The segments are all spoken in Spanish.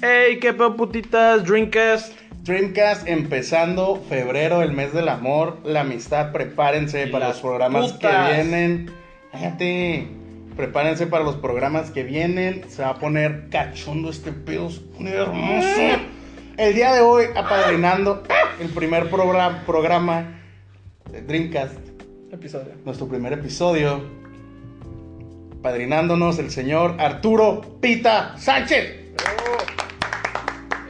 Hey, qué pedo putitas, Dreamcast. Dreamcast empezando febrero, el mes del amor, la amistad, prepárense Y para las los programas putas. que vienen. Cállate. Prepárense para los programas que vienen. Se va a poner cachondo este pedo, se va a poner hermoso. El día de hoy, apadrinando el primer progra- programa de Dreamcast, Episodio. nuestro primer episodio. Padrinándonos el señor Arturo Pita Sánchez.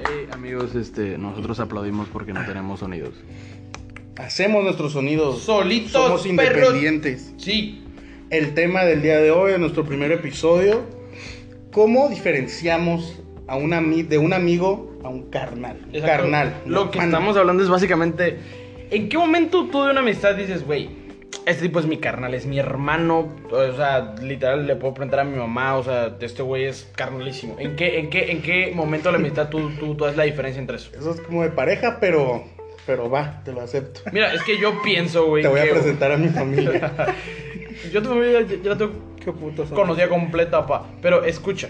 Hey, amigos, este, nosotros aplaudimos porque no tenemos sonidos. Hacemos nuestros sonidos. Solitos, Somos perros. independientes. Sí. el tema del día de hoy, en nuestro primer episodio. ¿Cómo diferenciamos a un ami- de un amigo a un carnal? Exacto. Carnal. Lo que hermano. estamos hablando es básicamente, ¿en qué momento tú de una amistad dices, güey, este tipo es mi carnal, es mi hermano? O sea, literal, le puedo preguntar a mi mamá, o sea, este güey es carnalísimo. ¿En qué, en qué, en qué momento de la amistad tú, tú, tú haces la diferencia entre eso? Eso es como de pareja, pero, pero va, te lo acepto. Mira, es que yo pienso, güey, Te voy a que- presentar a mi familia. Yo tu familia ya- ya la tengo Qué puto conocida completa, pa. Pero escucha,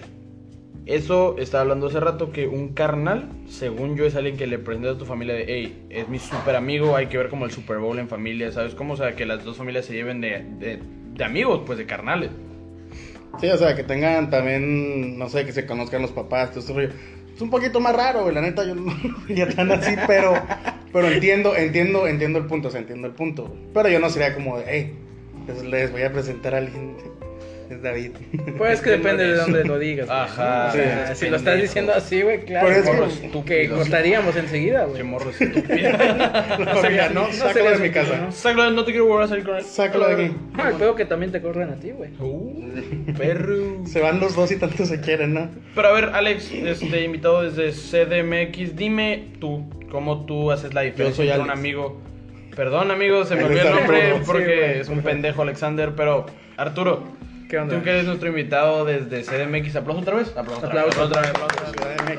eso estaba hablando hace rato que un carnal, según yo, es alguien que le presenta a tu familia de, hey, es mi super amigo, hay que ver como el Super Bowl en familia, ¿sabes cómo? O sea, que las dos familias se lleven de, de- de amigos, pues de carnales. Sí, o sea, que tengan también, no sé, que se conozcan los papás, todo ese rollo. Es un poquito más raro, güey, la neta, yo no lo vería tan así, pero, pero entiendo, entiendo, entiendo el punto, o sea, entiendo el punto. güey. Pero yo no sería como de, hey, les, les voy a presentar a alguien, es David. Pues es que depende de eres. dónde lo digas. güey, Ajá, ¿no? O sea, sí, si lo estás pendejo. diciendo así, güey, claro. Pero es morro, que- estúpido. que cortaríamos enseguida, Qué güey. morro estúpido. La familia, no, se sácalo le de mi admitió, casa. Sácalo, no te quiero volver a salir con él. Sácalo de aquí. Ah, creo que también te corren a ti, güey. Uh, perro. Se van los dos y tanto se quieren, ¿no? Pero a ver, Alex, este invitado desde CDMX, dime tú, ¿cómo tú haces la diferencia soy entre Alex. un amigo? Perdón, amigo, se me Él olvidó está el nombre loco. porque Sí, güey, es un pendejo Alexander, pero Arturo, ¿Qué onda? tú que eres nuestro invitado desde CDMX, aplauso otra vez. Aplauso otra vez. aplauso Aplauso. otra vez, aplauso otra vez.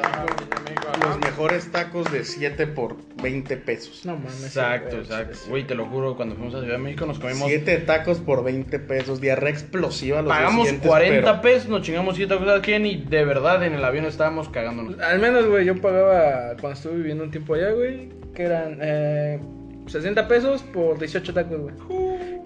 Los mejores tacos de 7 por 20 pesos. No mames. Exacto, güey, exacto. chile, Güey, te lo juro, cuando fuimos a Ciudad de México nos comimos 7 tacos por 20 pesos. Diarrea explosiva. Los Pagamos días siguientes, 40 pero- pesos, nos chingamos 7 cosas quién y de verdad en el avión estábamos cagándonos. güey. Al menos, güey, yo pagaba cuando estuve viviendo un tiempo allá, güey, que eran eh, 60 pesos por 18 tacos, güey.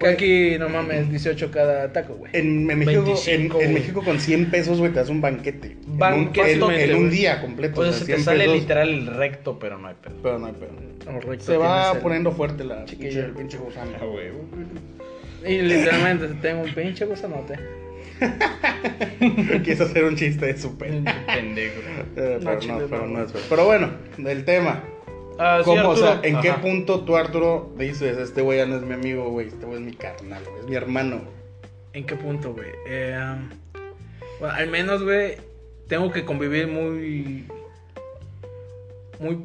Que aquí, no mames, 18 cada taco, güey. En, en México, 25, en, en güey. México con 100 pesos, güey, te das un banquete. En un- En en un, Banquetote, güey. día completo. O Pues sea, o sea, se te 100 sale pesos. literal el recto, pero no hay pedo. Pero no hay pedo. Correcto, Se va tienes el- poniendo fuerte la Chiquillo. pinche, el pinche gusano. Y literalmente tengo un pinche gusanote. Quise hacer un chiste de su pelo. Pendejo. Pero No, chile, no, pero no. no es verdad. Pero bueno, del tema. Ah, sí, ¿Cómo? O sea, Arturo. ¿en qué Ajá. punto tú, Arturo, dices, este güey ya no es mi amigo, güey, este güey es mi carnal, güey, es mi hermano? güey"? ¿En qué punto, güey? Eh, um, bueno, al menos, güey, tengo que convivir muy. Muy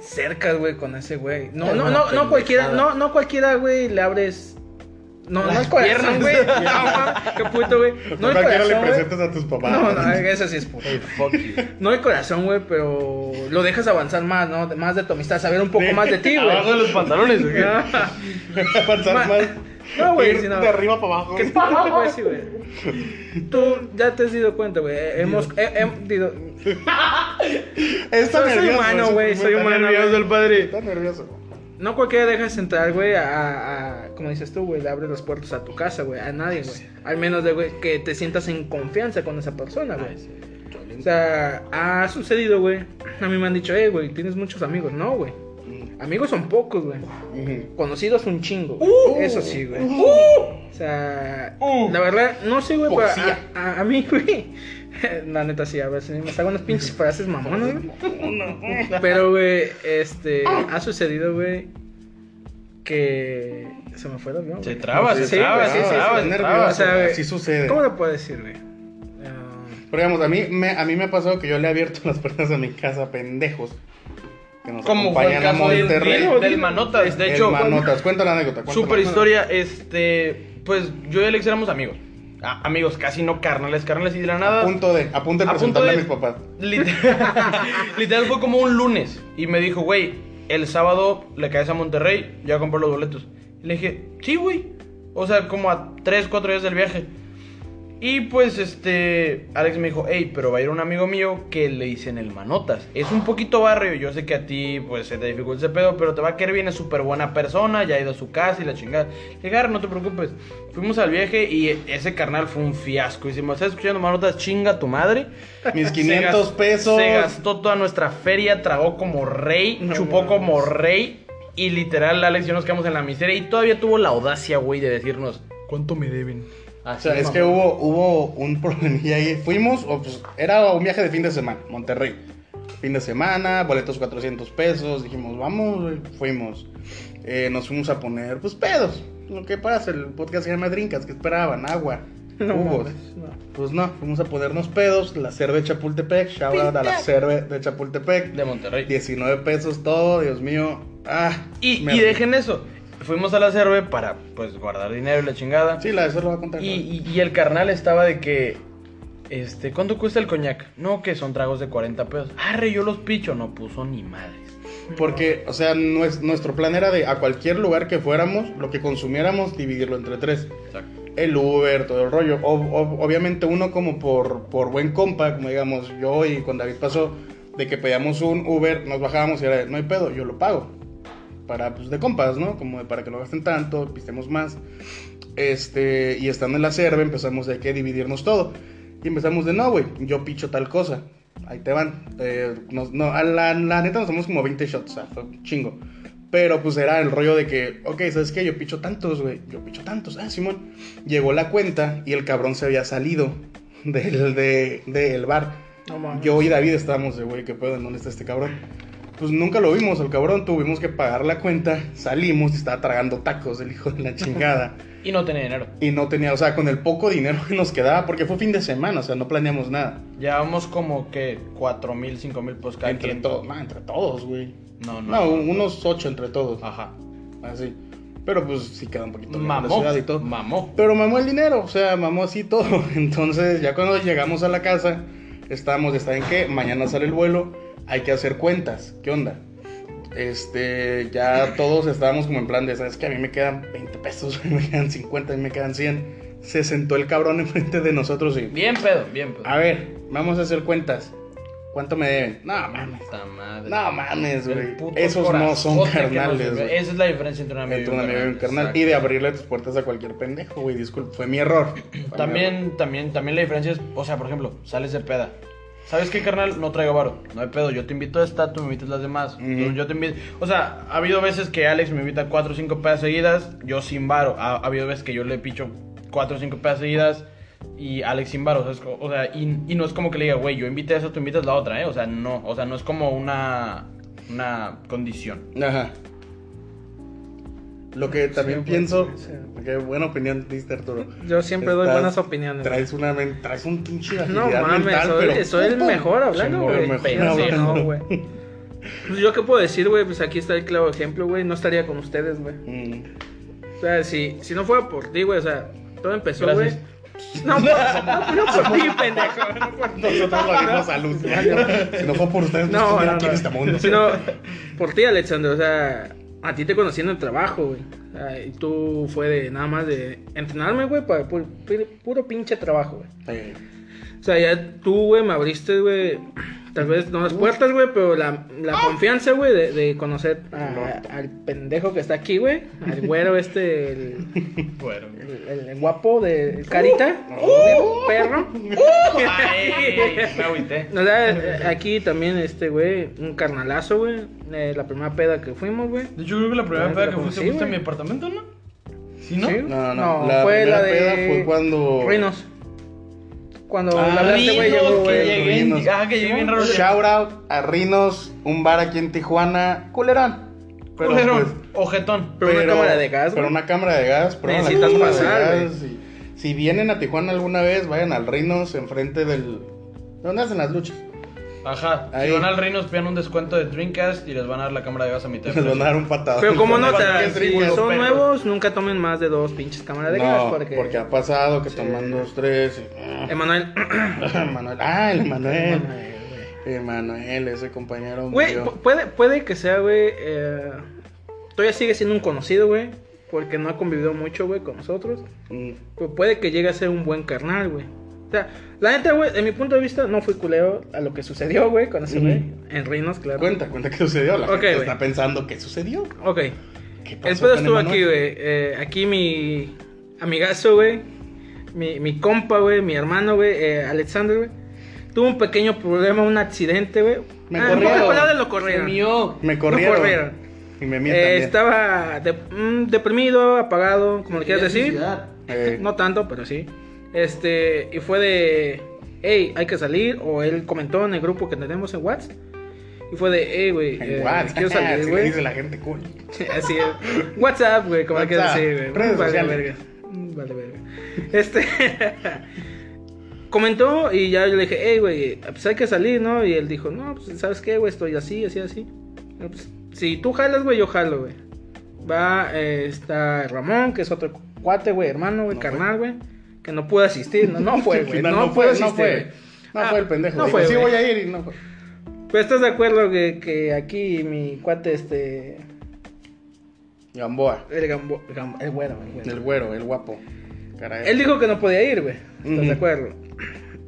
cerca, güey, con ese güey. No, Ay, no, una no, no cualquiera, pendejada. no, no cualquiera, güey, le abres. No, no Las el corazón, piernas. güey. No, mames, qué puto, güey. No No el cualquiera corazón, le güey. presentas a tus papás. No, no, eh. eso sí es puto. Hey, fuck you. No el corazón, güey, pero lo dejas avanzar más, ¿no? Más de tu amistad, saber un poco más de ti, güey. Abajo de los pantalones, güey. Avanzar Ma- más. No, güey, ir sí, de no. arriba para abajo. ¿Qué güey. te puedo decir, Pues güey? Tú ya te has dado cuenta, güey. Hemos. eh, hem- dido- Está Soy- soy nervioso, humano, es un- güey, soy está humano, nervioso güey. el padre. Está nervioso. no cualquiera deja entrar, güey, a, a- Como dices tú, güey, le abres las puertas a tu casa, güey. A nadie, güey. Al menos de, güey, que te sientas en confianza con esa persona, güey. O sea, ha sucedido, güey. A mí me han dicho, eh, güey, tienes muchos amigos. No, güey. Amigos son pocos, güey. Ujú. Conocidos un chingo. güey. Eso sí, güey. O sea, Uh. la verdad, no sé, güey, pero Poesía. a, a- a mí, güey. La neta, sí, a ver, si me saco unas pinches frases mamonas, güey. Pero, güey, este, ha sucedido, güey, que se me fue el avión, Se güey. traba, se Sí, traba, güey, se sí, sí, traba, sí. es se nervioso. traba. O sea, güey, Así sucede. ¿Cómo lo puedo decir, güey? Ah, Pero digamos, a mí, me, a mí me ha pasado que yo le he abierto las puertas a mi casa a pendejos. Que nos Como fue el acompañan a caso del, Monterrey. del- del Manotas. De El hecho, Manotas. Cuenta la anécdota. cuenta la super anécdota. historia. Este, pues yo y Alex éramos amigos. A- amigos, casi no carnales, carnales y de la nada. A punto de, a punto de A punto presentarle de- a mis papás. Literal, literal fue como un lunes y me dijo, güey, el sábado le caes a Monterrey, ya compré los boletos. Y le dije, sí, güey. O sea, como a 3, 4 días del viaje. Y pues este, Alex me dijo, hey, pero va a ir un amigo mío que le dicen el manotas. Es un poquito barrio, yo sé que a ti pues se te dificulta ese pedo, pero te va a querer bien, es súper buena persona, ya ha ido a su casa y la chingada. Llegar, no te preocupes. Fuimos al viaje y ese carnal fue un fiasco. Hicimos, ¿estás escuchando manotas? Chinga tu madre. Mis Se 500 gas- pesos. Se gastó toda nuestra feria, tragó como rey, No chupó mames. como rey. Y literal, Alex y yo nos quedamos en la miseria. Y todavía tuvo la audacia, güey, de decirnos: "Ah, ¿Cuánto me deben? O sea, es que hubo, hubo un problemilla ahí. Fuimos, o pues, era un viaje de fin de semana, Monterrey. Fin de semana, boletos 400 pesos. Dijimos, vamos, güey, fuimos. Eh, nos fuimos a poner, pues, pedos. Lo que pasa, el podcast se llama Drinkas, que esperaban? Agua, No, jugos. mames, no. Pues no, fuimos a ponernos pedos. La cerve de Chapultepec, shout out a la cerve de Chapultepec. De Monterrey. 19 pesos todo, Dios mío. Ah, Y, y me arde. dejen eso. Fuimos a la cerve para, pues, guardar dinero y la chingada. Sí, la de eso lo va a contar. y, ¿no? y- y el carnal estaba de que, este, ¿cuánto cuesta el coñac? No, que son tragos de 40 pesos. Arre, yo los picho. No puso ni madres. Porque, o sea, nues- nuestro plan era de a cualquier lugar que fuéramos, lo que consumiéramos, dividirlo entre tres. Exacto. El Uber, todo el rollo. Ob- ob- obviamente uno como por, por buen compa, como digamos yo y con David pasó, de que pedíamos un Uber, nos bajábamos y era, de, no hay pedo, yo lo pago. Para, pues, de compas, ¿no? Como de para que no gasten tanto, pistemos más. Este, y estando en la cerve empezamos de que dividirnos todo. Y empezamos de, no, güey, yo picho tal cosa. Ahí te van. Eh, nos- no, a la, la neta nos tomamos como 20 shots, o sea, fue un chingo. Pero pues era el rollo de que, ok, ¿sabes qué? Yo picho tantos, güey. Yo picho tantos. Ah, Simón. Llegó la cuenta y el cabrón se había salido del, de- del bar. No mames. Yo y David estábamos de, güey, ¿qué pedo? ¿En dónde está este cabrón? Pues nunca lo vimos, el cabrón. Tuvimos que pagar la cuenta. Salimos y estaba tragando tacos, el hijo de la chingada. Y no tenía dinero. Y no tenía, o sea, con el poco dinero que nos quedaba, porque fue fin de semana, o sea, no planeamos nada. Llevamos como que 4 mil, 5 mil pues cada entre quien. todos, no, entre todos, güey. No, no. No, un- unos ocho entre todos, Ajá. así. Pero pues sí queda un poquito lejos de la Mamó. ciudad y todo. Mamó. Pero mamó el dinero, o sea, mamó así todo. Entonces, ya cuando llegamos a la casa, estábamos, de, ¿saben qué? Mañana sale el vuelo, hay que hacer cuentas, ¿qué onda? Este, ya todos estábamos como en plan de, ¿sabes qué? A mí me quedan 20 pesos, me quedan 50, a mí me quedan 100. Se sentó el cabrón enfrente de nosotros y, Bien pedo, bien pedo. A ver, vamos a hacer cuentas. ¿Cuánto me deben? No mames. Puta madre. No mames, El güey. puto Esos no son corazote que nos carnales, sirve. güey. Esa es la diferencia entre un amigo Entre un amigo y un carnal. Y de abrirle tus puertas a cualquier pendejo, güey. Disculpe, fue mi error. Fue mi error. También, también, también la diferencia es, o sea, por ejemplo, sales de peda. ¿Sabes qué, carnal? No traigo varo. No hay pedo. Yo te invito a esta, tú me invitas las demás. Ujú. Yo te invito. O sea, ha habido veces que Alex me invita cuatro o cinco pedas seguidas, yo sin varo. Ha, ha habido veces que yo le picho cuatro o cinco pedas seguidas y Alex sin varo. O sea, es co- o sea, y, y no es como que le diga, güey, yo invité a esa, tú invitas la otra, ¿eh? O sea, no. O sea, no es como una, una condición. Ajá. Lo que también güey, pienso. sí. Qué buena opinión diste, Arturo. Yo siempre doy Estás- buenas opiniones. Traes, una, men- traes un pinche de No agilidad mames, mental, soy, pero soy el pum, pum. mejor hablando, Chingón, güey. el mejor Pero sí, hablando. no, güey. Pues yo qué puedo decir, güey, pues aquí está el claro ejemplo, güey. No estaría con ustedes, güey. Mm. O sea, si, si no fuera por ti, güey, o sea, todo empezó, güey. Gracias. No, por- no, no por ti, pendejo. No por ti. Nosotros lo vimos a luz. Si no fue por ustedes, no, No, estuviera no, aquí no. en este mundo. Sino por ti, Alexander. O sea, a ti te conocí en el trabajo, güey. O sea, y tú fue de nada más de entrenarme, güey, para pu- pu- puro pinche trabajo, güey. Sí. O sea, ya tú, güey, me abriste, güey. Tal vez no las puertas, güey, pero la, la confianza, güey, de, de conocer a- al pendejo que está aquí, güey. Al güero este, el, Bueno. el- el- el guapo de el carita. de perro. me agüité. O sea, eh, aquí también este, güey, un carnalazo, güey. Eh, la primera peda que fuimos, güey. De hecho, creo que la primera Ah, peda la que fuiste conocí, fuiste en güey. mi apartamento, ¿no? ¿Sí, no? Sí. No, no, No, la fue primera la de- peda fue cuando. Ruinos. Cuando Ah, le hablaste, güey, Rinos, llegó, que güey. llegué en- Rinos. Ah, que llegué bien raro. Shout out a Rinos, un bar aquí en Tijuana, culerón. Pero, Culero, pues, ojetón. Pero una cámara de gas, Pero güey. una cámara de gas, pero una Necesitas cámara pasar, de gas. y- si vienen a Tijuana alguna vez, vayan al Rinos enfrente del. ¿Dónde hacen las luchas? Ajá. Ahí. Si van al Rinos, pidan un descuento de Dreamcast y les van a dar la cámara de gas a mitad de Les van a precio. dar un patadón. Pero como no, Cuando van te, bien si ricos, son perro. nuevos, nunca tomen más de dos pinches cámaras de gas. No, Porque, porque ha pasado que toman dos, tres. y- Emanuel. eh, Manuel. Ah, el Manuel. Emanuel, ese compañero. Güey, murió. pu- puede, puede que sea, güey. eh, todavía sigue siendo un conocido, güey. porque no ha convivido mucho, güey, con nosotros. Mm, Pues puede que llegue a ser un buen carnal, güey. O sea, la neta, güey, en mi punto de vista, no fui culero a lo que sucedió, güey, con ese güey. En Rinos, claro. Cuenta, cuenta qué sucedió. La Ok, gente güey. está pensando qué sucedió. Ok. ¿Qué pasó El pedo con estuvo Emanuel? aquí, güey. Eh, aquí mi amigazo, güey. Mi, mi compa, güey. Mi hermano, güey. eh, Alexander, güey. Tuvo un pequeño problema, un accidente, güey. Ah, Me en corrieron. pocas palabras, lo corrieron. Me Lo corrieron. corrieron. Y me Eh, mientan. estaba de- mm, deprimido, apagado, como le quieras Quería decir. Eh, suicidar. Eh, No tanto, pero sí. Este, y fue de, hey, hay que salir. O él comentó en el grupo que tenemos en WhatsApp. Y fue de, hey, güey, eh, quiero salir, güey. dice la gente cool. Así es. WhatsApp, güey, como hay que WhatsApp, decir, güey. redes vale, sociales. verga. Vale, verga. Este. comentó y ya yo le dije, hey, güey, pues hay que salir, ¿no? Y él dijo, no, pues, ¿sabes qué, güey? Estoy así, así, así. No, pues, si tú jalas, güey, yo jalo, güey. Va, eh, está Ramón, que es otro cuate, güey, hermano, güey, No fue. carnal, güey. Que no pudo asistir, no, no fue, Al güey. final No, pudo asistir, no fue. güey. No Ah, fue el pendejo. no dijo, fue, sí güey. voy a ir y no fue. Pero estás de acuerdo que, que aquí mi cuate, este. Gamboa, El gambo. gambo- el güero, el güero. el güero, el guapo. Caray. Él dijo que no podía ir, güey. ¿Estás Ujú. de acuerdo?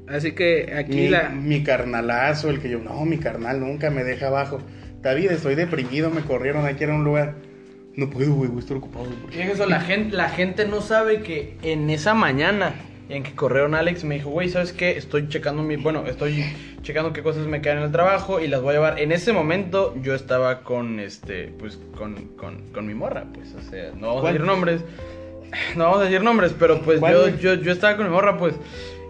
Así que aquí mi, la. mi carnalazo, el que yo, no, mi carnal nunca me deja abajo. David, estoy deprimido, me corrieron aquí era un lugar. No puedo, güey, estoy ocupado. güey. Y es eso, la gente, la gente no sabe que en esa mañana en que corrieron a Alex me dijo, güey, ¿sabes qué? Estoy checando mi, bueno, estoy checando qué cosas me quedan en el trabajo y las voy a llevar. En ese momento yo estaba con este, pues con, con, con mi morra, pues, o sea, no vamos ¿Cuál? a decir nombres. No vamos a decir nombres, pero pues ¿Cuál, yo, güey? yo, yo estaba con mi morra, pues.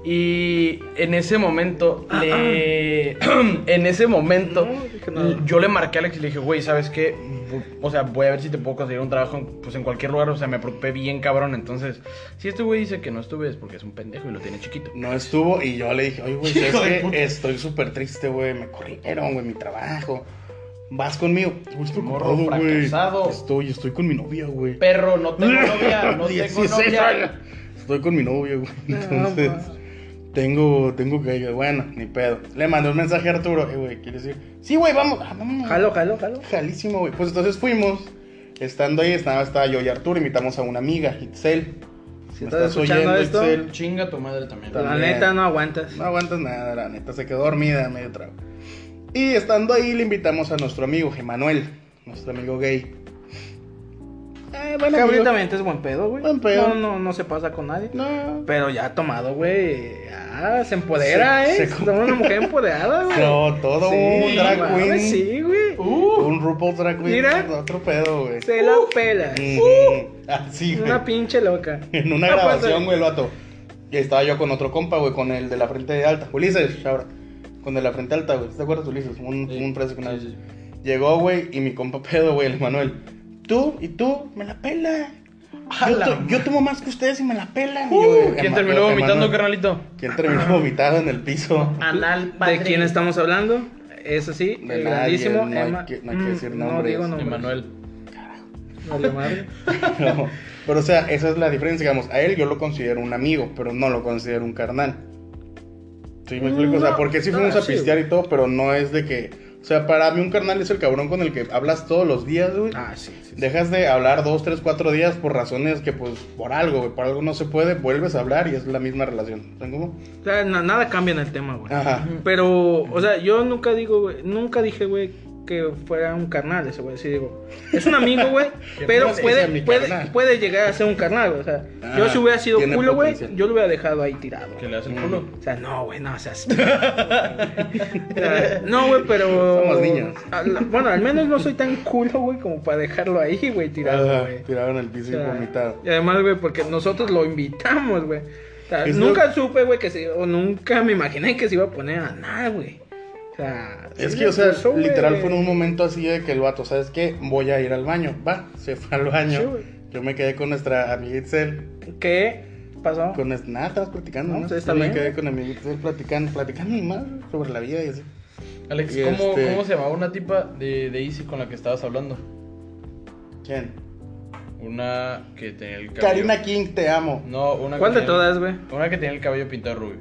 Y en ese momento le en ese momento Ah, No, dije nada. yo le marqué a Alex y le dije, güey, ¿sabes qué? O sea, voy a ver si te puedo conseguir un trabajo en- pues, en cualquier lugar. O sea, me preocupé bien, cabrón. Entonces, si este güey dice que no estuve es porque es un pendejo y lo tiene chiquito. No estuvo y yo le dije, oye, güey, es Hijo de que puta. estoy súper triste, güey, me corrieron, güey, mi trabajo. Vas conmigo. Güey, estoy Morro ocupado, güey. fracasado. Estoy, estoy con mi novia, güey. Perro, no tengo novia, no tengo 16 años. novia. Estoy con mi novia, güey. No, Entonces, tengo, tengo que ir. Bueno, ni pedo. Le mandé un mensaje a Arturo. Eh, güey, ¿quieres ir? Sí, güey, vamos. Ah, vámonos. Jalo, jalo, jalo. Jalísimo, güey. Pues entonces fuimos. Estando ahí, estaba, estaba yo y Arturo. Invitamos a una amiga, Itzel. Si estás escuchando esto, Chinga tu madre también. La También. neta no aguantas. No aguantas nada, la neta. Se quedó dormida a medio trago. Y estando ahí, le invitamos a nuestro amigo, Emanuel. Nuestro amigo gay. Eh, bueno, Cabritamente es buen pedo, güey. Buen pedo. No, no, no se pasa con nadie. No. Pero ya tomado, güey. Ya se empodera, Se- eh. se Es una mujer empoderada, güey. No, todo un drag mames, queen. Uh. Sí, güey. un RuPaul Drag Queen. Mira. Otro pedo, güey. Se la pela. Ujú. Así, güey. Una pinche loca. En una Ah, pues, grabación, eh. güey, el vato. Y estaba yo con otro compa, güey, con el de la frente alta. Ulises, ahora. Con el de la frente alta, güey. ¿Te acuerdas, Ulises? Un, un preso que una vez. Llegó, güey, y mi compa pedo, güey, el Manuel. Tú y tú, me la pela. Yo, la to- madre. yo tomo más que ustedes y me la pelan. Y yo, Uh, güey, ¿Quién Ema- terminó Emanuel. vomitando, carnalito? ¿Quién terminó vomitado en el piso? Anal ¿De padre. quién estamos hablando? Eso sí, De el nadie, grandísimo no hay Emma- que- no hay que decir Mm, nombres. No digo nombres. Emanuel. Vale, madre. No, pero o sea, esa es la diferencia, digamos, a él yo lo considero un amigo, pero no lo considero un carnal. Sí, me explico, o sea, No, porque sí fuimos ah, a sí, pistear y todo, pero no es de que, o sea, para mí un carnal es el cabrón con el que hablas todos los días, güey. Ah, sí, sí. Dejas de hablar dos, tres, cuatro días por razones que, pues, por algo, güey, por algo no se puede, vuelves a hablar y es la misma relación. ¿Saben cómo? O sea, na- nada cambia en el tema, güey. Ajá. Pero, o sea, yo nunca digo, güey, nunca dije, güey, que fuera un carnal ese, güey. Sí, digo, es un amigo, güey, pero no se dice mi puede, puede, carnal. puede llegar a ser un carnal, güey. O sea, Ah, yo si hubiera sido tiene culo, güey, potencial. yo lo hubiera dejado ahí tirado. Que le hace el Mm. culo. O sea, no, güey, no seas. O sea, no, güey, pero. Somos niños. Al- bueno, al menos no soy tan culo, güey, como para dejarlo ahí, güey, tirado, Ajá, güey. Tirado en el piso O sea, y vomitado. Y además, güey, porque nosotros lo invitamos, güey. O sea, Es nunca lo- supe, güey, que se. O nunca me imaginé que se iba a poner a nada, güey. O sea. Es sí que, le o sea, puso, güey. literal fue en un momento así de que el vato, ¿sabes qué? Voy a ir al baño. Va, se fue al baño. Sí, güey. Yo me quedé con nuestra amiga Itzel. ¿Qué pasó? Con nuestra- nada, estabas platicando, No, ¿no? ustedes Yo me también. quedé con amiga Itzel platicando, platicando y más sobre la vida y así. Alex, Y ¿cómo, este- ¿cómo se llamaba una tipa de, de Easy con la que estabas hablando? ¿Quién? Una que tenía el cabello. Karina King, te amo. No, una que ¿Cuál de tenía- todas, güey? Una que tenía el cabello pintado rubio.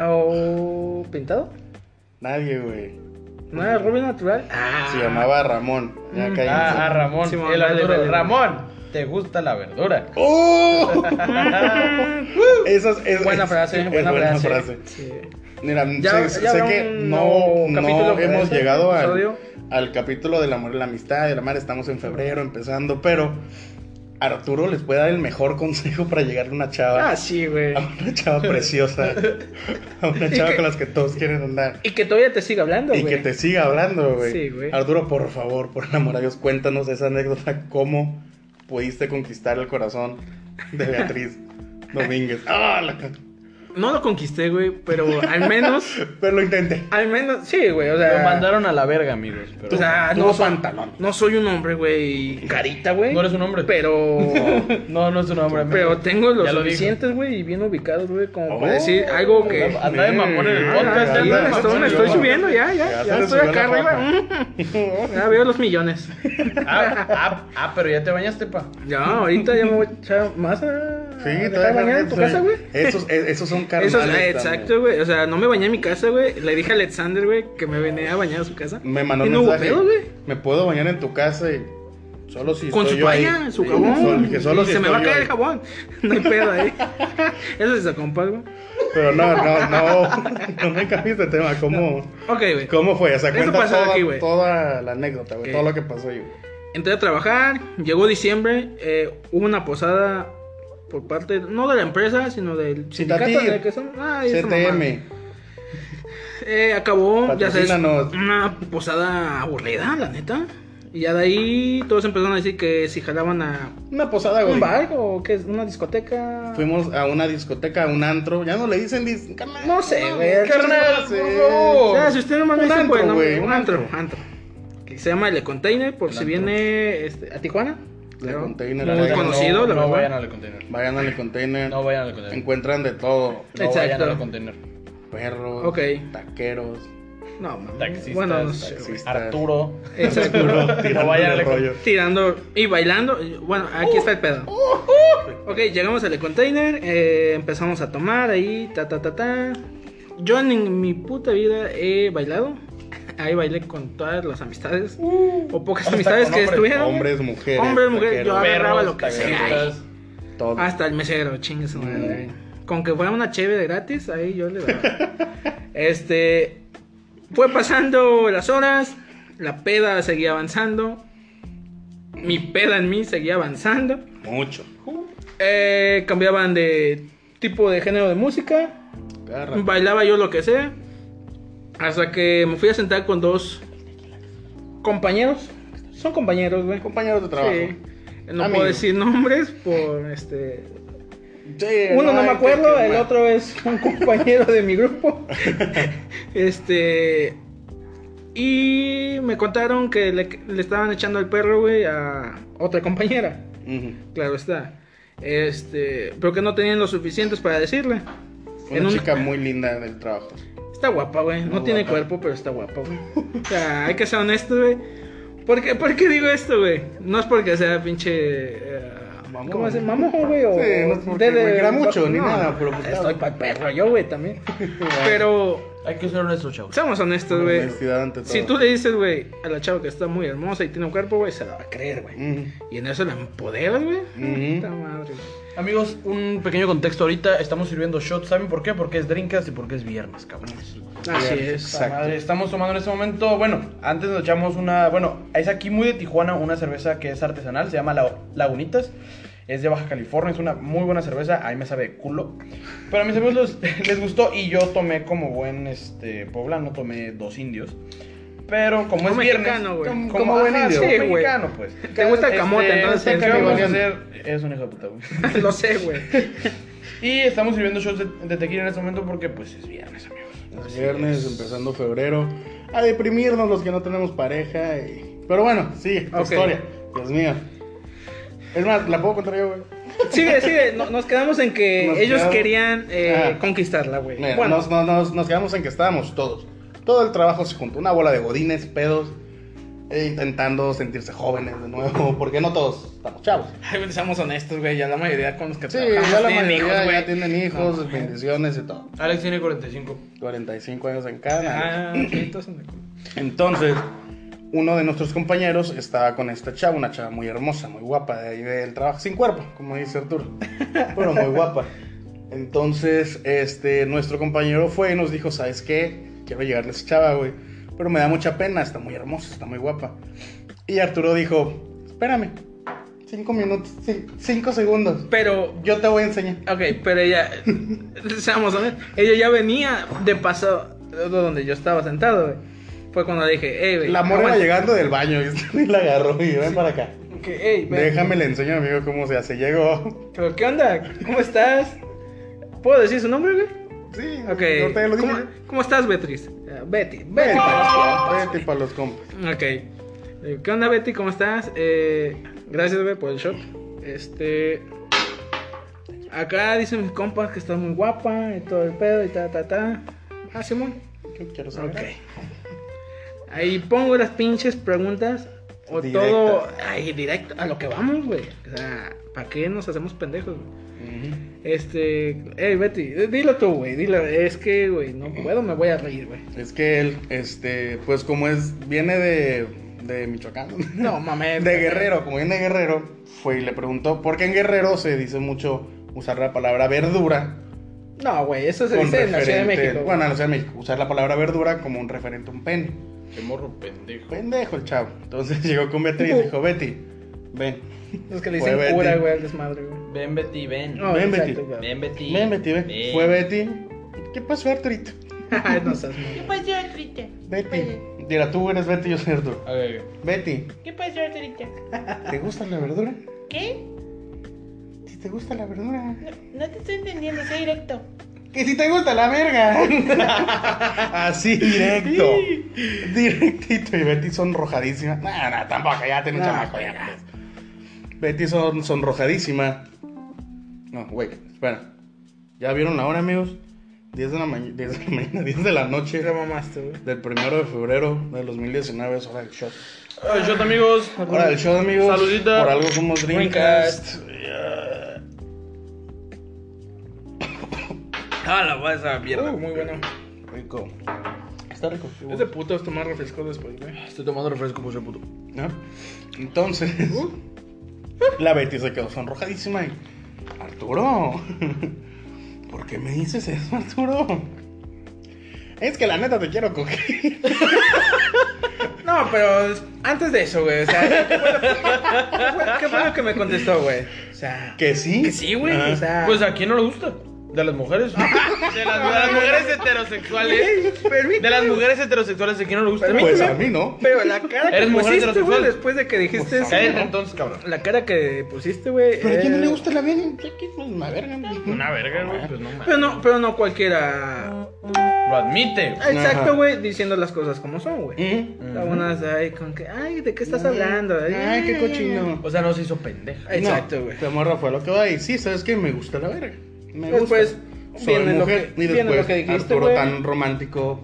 ¿O pintado? Nadie, güey. ¿No era rubio natural? Ah. Se llamaba Ramón. Ya Mm. cállense. Ah, ah, Ramón. Simón, el dale, Arturo. dale, dale. Ramón. ¿Te gusta la verdura? ¡Oh! Esa es, es- Buena es- frase, es buena, frase. Mira, Ya- sé, ya sé habrá que un no, nuevo no capítulo de hemos este llegado al, episodio. al capítulo del amor y la amistad y la madre. Estamos en febrero empezando, pero Arturo les puede dar el mejor consejo para llegarle a una chava. Ah, sí, güey. A una chava preciosa. A una Y chava que- con las que todos quieren andar. Y que todavía te siga hablando, Y güey. que te siga hablando, güey. Sí, güey. Arturo, por favor, por el amor a Dios, cuéntanos esa anécdota. ¿Cómo pudiste conquistar el corazón de Beatriz Domínguez? ¡Ah! la- No lo conquisté, güey, pero al menos, Pero lo intenté. al menos, sí, güey, o sea. Lo mandaron a la verga, amigos. pero- O sea, Tuvo Ah, no soy, pantalón. no soy un hombre, güey, carita, güey. No eres un hombre. Pero. No, no es un hombre. amigo. Pero tengo los Ya lo suficientes, güey, y bien ubicados, güey, como Oh. para decir algo que. dijo. Anda de mamón en el Ah, podcast. ya, Sí, anda de me estoy, mamón me en el estoy podcast. subiendo Ya ya, ya, ya se estoy subió acá la arriba. Mm. Ya veo los millones. Ah, ah, ah, pero ya te bañaste, pa. Ya, ahorita ya me voy a echar más a. Sí, a Ah, dejar todavía bañar en no- tu casa, güey. Esos, e- esos son carnales. Eso es, también. exacto, güey. O sea, no me bañé en mi casa, güey. Le dije a Alexander, güey, que me venía a bañar a su casa. Me mandó y un no hubo mensaje. pedo, güey. me puedo bañar en tu casa y solo si Con estoy su yo ahí. toalla, su Sí, jabón. sol- que solo y si se me va a estoy caer yo el ahí. jabón. No hay pedo ahí. Eso es de compas, güey. Pero no, no, no, no me cambies de tema. ¿Cómo, Ok, güey. cómo fue? O sea, Eso cuenta pasó toda, aquí, güey. toda la anécdota, güey. Ok. Todo lo que pasó ahí. güey. Entré a trabajar, llegó diciembre, eh, hubo una posada por parte, no de la empresa, sino del sindicato Citatir. de que son. Ah, y esa mamada. CTM. Eh, acabó, ya sabes, Patrocínanos. una posada aburrida, la neta. Y ya de ahí todos empezaron a decir que si jalaban a Una posada, Ah, güey. un bar o que es una discoteca. Fuimos a una discoteca, a un antro. Ya no le dicen dis... carnal, No sé, güey. Carnal, Sí. por O favor. sea, si usted no me Un dice, antro, pues, no, güey, un un antro, antro. antro. Que se llama El Container, por si viene este, a Tijuana. El Claro. Container, Muy ahí. conocido, no, la no verdad. vayan al container. Vayan al container. No vayan al container. Encuentran de todo. No vayan Exacto. al container. Perros, Ok. taqueros, No, mames. Taxistas, bueno, no sé, güey. taxistas. Arturo. Exacto. No vayan al tirándole container. rollo. Tirando y bailando. y- Bueno, aquí está el pedo. Uh, Ok, llegamos al container, eh, empezamos a tomar ahí, ta ta ta ta. Yo en mi puta vida he bailado. Ahí bailé con todas las amistades. Uh. o pocas hasta amistades con que hombres, estuvieron. Hombres, mujeres. Hombres, mujeres, taqueros, yo- ah. Agarraba lo que taxistas. todo. Hasta el mesero, chingues. Con que fuera una chévere gratis, ahí yo le daba. este. Fue pasando las horas, la peda seguía avanzando. Mi peda en mí seguía avanzando. Mucho. Eh, cambiaban de tipo de género de música. Agarra. Bailaba yo lo que sea. Hasta que me fui a sentar con dos compañeros. Son compañeros, güey. Compañeros de trabajo. Sí. No Amigos. puedo decir nombres por este Sí, uno no hay me que- acuerdo, que- el otro es un compañero de mi grupo. Este. Y me contaron que le, le estaban echando el perro, güey, a otra compañera. Ujú. Claro está. Este. Pero que no tenían lo suficientes para decirle. Una En un- chica muy linda del trabajo. Está guapa, güey. No Muy tiene guapa. cuerpo, pero está guapa, güey. O sea, hay que ser honesto, güey. ¿Por qué, por qué digo esto, güey? No es porque sea pinche. eh, Mamón. ¿Cómo se llama? Mamón, güey. O Sí, no es porque me quiera mucho, ni nada, pero pues, estoy para perro yo, güey, también. pero, Hay que ser honestos, chavos. seamos honestos, güey. Honestidad ante todo. Si tú le dices, güey, a la chava que está muy hermosa y tiene un cuerpo, güey, se la va a creer, güey. Ujú. Y en eso la empoderas, güey. Ujú. Puta madre, güey. Amigos, un pequeño contexto ahorita. Estamos sirviendo shots. ¿Saben por qué? Porque es drinkas y porque es viernes, cabrones. Así Bien, es. Exacto. Madre, estamos tomando en este momento. Bueno, antes nos echamos una. Bueno, es aquí muy de Tijuana una cerveza que es artesanal. Se llama La- Lagunitas. Es de Baja California. Es una muy buena cerveza. Ahí me sabe de culo. Pero a mis amigos los- les gustó. Y yo tomé como buen este, poblano. Tomé dos indios. Pero como, Como es viernes. mexicano, güey. Como, Como buen buen indio. indio. Sí, güey. mexicano, pues. Te gusta el camote, entonces, ¿Qué sí, vamos a güey. hacer? Es un hijo de puta, güey. Lo sé, güey. Y estamos sirviendo shots de, de tequila en este momento porque pues es viernes, amigos. Es viernes, empezando febrero. A deprimirnos los que no tenemos pareja. y- Pero bueno, sí, tu Ok. historia. Dios mío. Es más, la puedo contar yo, güey. Sigue, sigue. No- nos quedamos en que Nos ellos quedamos- querían eh, Ah. conquistarla, güey. Mira, Bueno, nos, nos- nos- nos quedamos en que estábamos todos. Todo el trabajo se juntó, una bola de godines, pedos, e intentando sentirse jóvenes de nuevo, porque no todos estamos chavos. Ay, güey, seamos honestos, güey. Ya la mayoría con los que Sí, trabajamos ya la tienen mayoría hijos, ya güey. Ah. tienen hijos, bendiciones y todo. Alex tiene 45. 45 años en cada. Ah, sí, todos son de culo. Entonces, uno de nuestros compañeros estaba con esta chava, una chava muy hermosa, muy guapa, de ahí del trabajo, sin cuerpo, como dice Arturo, pero muy guapa. Entonces, este, nuestro compañero fue y nos dijo, ¿sabes qué? Quiero llegarle a esa chava, güey, pero me da mucha pena, está muy hermosa, está muy guapa. Y Arturo dijo, espérame, cinco minutos, cin- cinco segundos, Pero yo te voy a enseñar. Ok, pero ella, seamos honestos, ella ya venía de paso donde yo estaba sentado, güey. Fue cuando le dije, hey, güey. La morra iba aguanta, llegando del baño y la agarró y ven para acá. que, "Ey, ven". Déjame le enseño, amigo, cómo se hace. Llegó. Pero, ¿qué onda? ¿Cómo estás? ¿Puedo decir su nombre, güey? Sí, Ok. yo te lo dije. ¿Cómo, cómo estás, Beatriz? Eh, Betty, Vete Betty. para los compas. Vete para los compas. Ok. Eh, ¿Qué onda, Betty? ¿Cómo estás? Eh, gracias, güey, por el shot. Este. Acá dicen mis compas que estás muy guapa y todo el pedo y ta, ta, ta. Ah, Simón. Yo quiero saber. Ok. Ahí pongo las pinches preguntas. O Directas. todo. Ahí directo. A lo que vamos, güey. O sea, ¿para qué nos hacemos pendejos, güey? Ujú. Este. Hey, Betty. d- Dilo tú, güey. Dilo. Es que, güey, no puedo, me voy a reír, güey. Es que él, este, pues como es, viene de, de Michoacán. No, mames. De Guerrero, como viene de Guerrero, fue y le preguntó, porque en Guerrero se dice mucho usar la palabra verdura. No, güey, eso se con dice en la Ciudad de referente- México. güey. Bueno, en la Ciudad de México, usar la palabra verdura como un referente a un pene. Qué morro pendejo. Pendejo el chavo. Entonces llegó con Beatriz y dijo, Betty, ven. es que le fue dicen Betty. cura, güey, al desmadre, güey. Ven, Betty, ven. No, Ven, exacto, Betty. güey. Ven, Betty. Ven, Betty, ven. Fue Betty. ¿Qué pasó, Arturito? Ay, no seas mal. ¿Qué pasó, Arturita? Betty. Mira, tú eres Betty, yo soy Arturo. A ver, Betty, ¿Qué pasó, Arturita? ¿te gusta la verdura? ¿Qué? Si te gusta la verdura. No, no te estoy entendiendo, soy directo. Que si te gusta la verga. Así, directo. Directito. Y Betty sonrojadísima. Nah, nah, tampoco, ya tiene un Nah, chamaco ya. pues. Betty son, sonrojadísima. No, güey, espera. ¿Ya vieron la hora, amigos? 10 de la mañana, 10 de la mañana, 10 de la noche. Te mamaste, güey. Del primero de febrero de 2019 es hora del shot. Ay, shot, amigos. Hora del shot, amigos. Saludita. Por algo somos Dreamcast. Ah, la vas a Uh, Uh. mierda. Muy bueno. Rico. Está rico. Es de putos tomar refresco después, güey. Estoy tomando refresco por ser puto. ¿no? Entonces, la Betty se quedó sonrojadísima y, Arturo, ¿por qué me dices eso, Arturo? Es que la neta te quiero coger. No, pero antes de eso, güey. O sea, ¿qué fue lo- qué fue, qué fue lo que me contestó, güey? O sea, ¿Que sí? que sí, güey. Ah. O sea, Pues a quién no le gusta. De las mujeres. De las, de las mujeres heterosexuales. permíteme, De las mujeres heterosexuales, ¿a quién no le gusta? Permíteme. Pues a mí no. Pero la cara que ¿Eres mujer pusiste, güey, heterosexual? después de que dijiste eso. Cállate entonces, cabrón. La cara que pusiste, güey. ¿Pero a quién no eh, le gusta la bien? ¿Qué- qué- Una verga. Una verga, güey. Pues no mames. Pero no, pero no cualquiera. Lo admite. güey. Exacto, güey, diciendo las cosas como son, güey. ¿Mm? O sea, unas ahí con que, ay, ¿de qué estás hablando? ¿eh? Ay, qué cochino. O sea, no se hizo pendeja. Exacto, güey. La morra fue lo que va y sí, ¿sabes qué? Me gusta la verga. Me gusta. Después Soy viene lo mujer. que- y viene después, lo que dijiste, Arturo güey. tan romántico.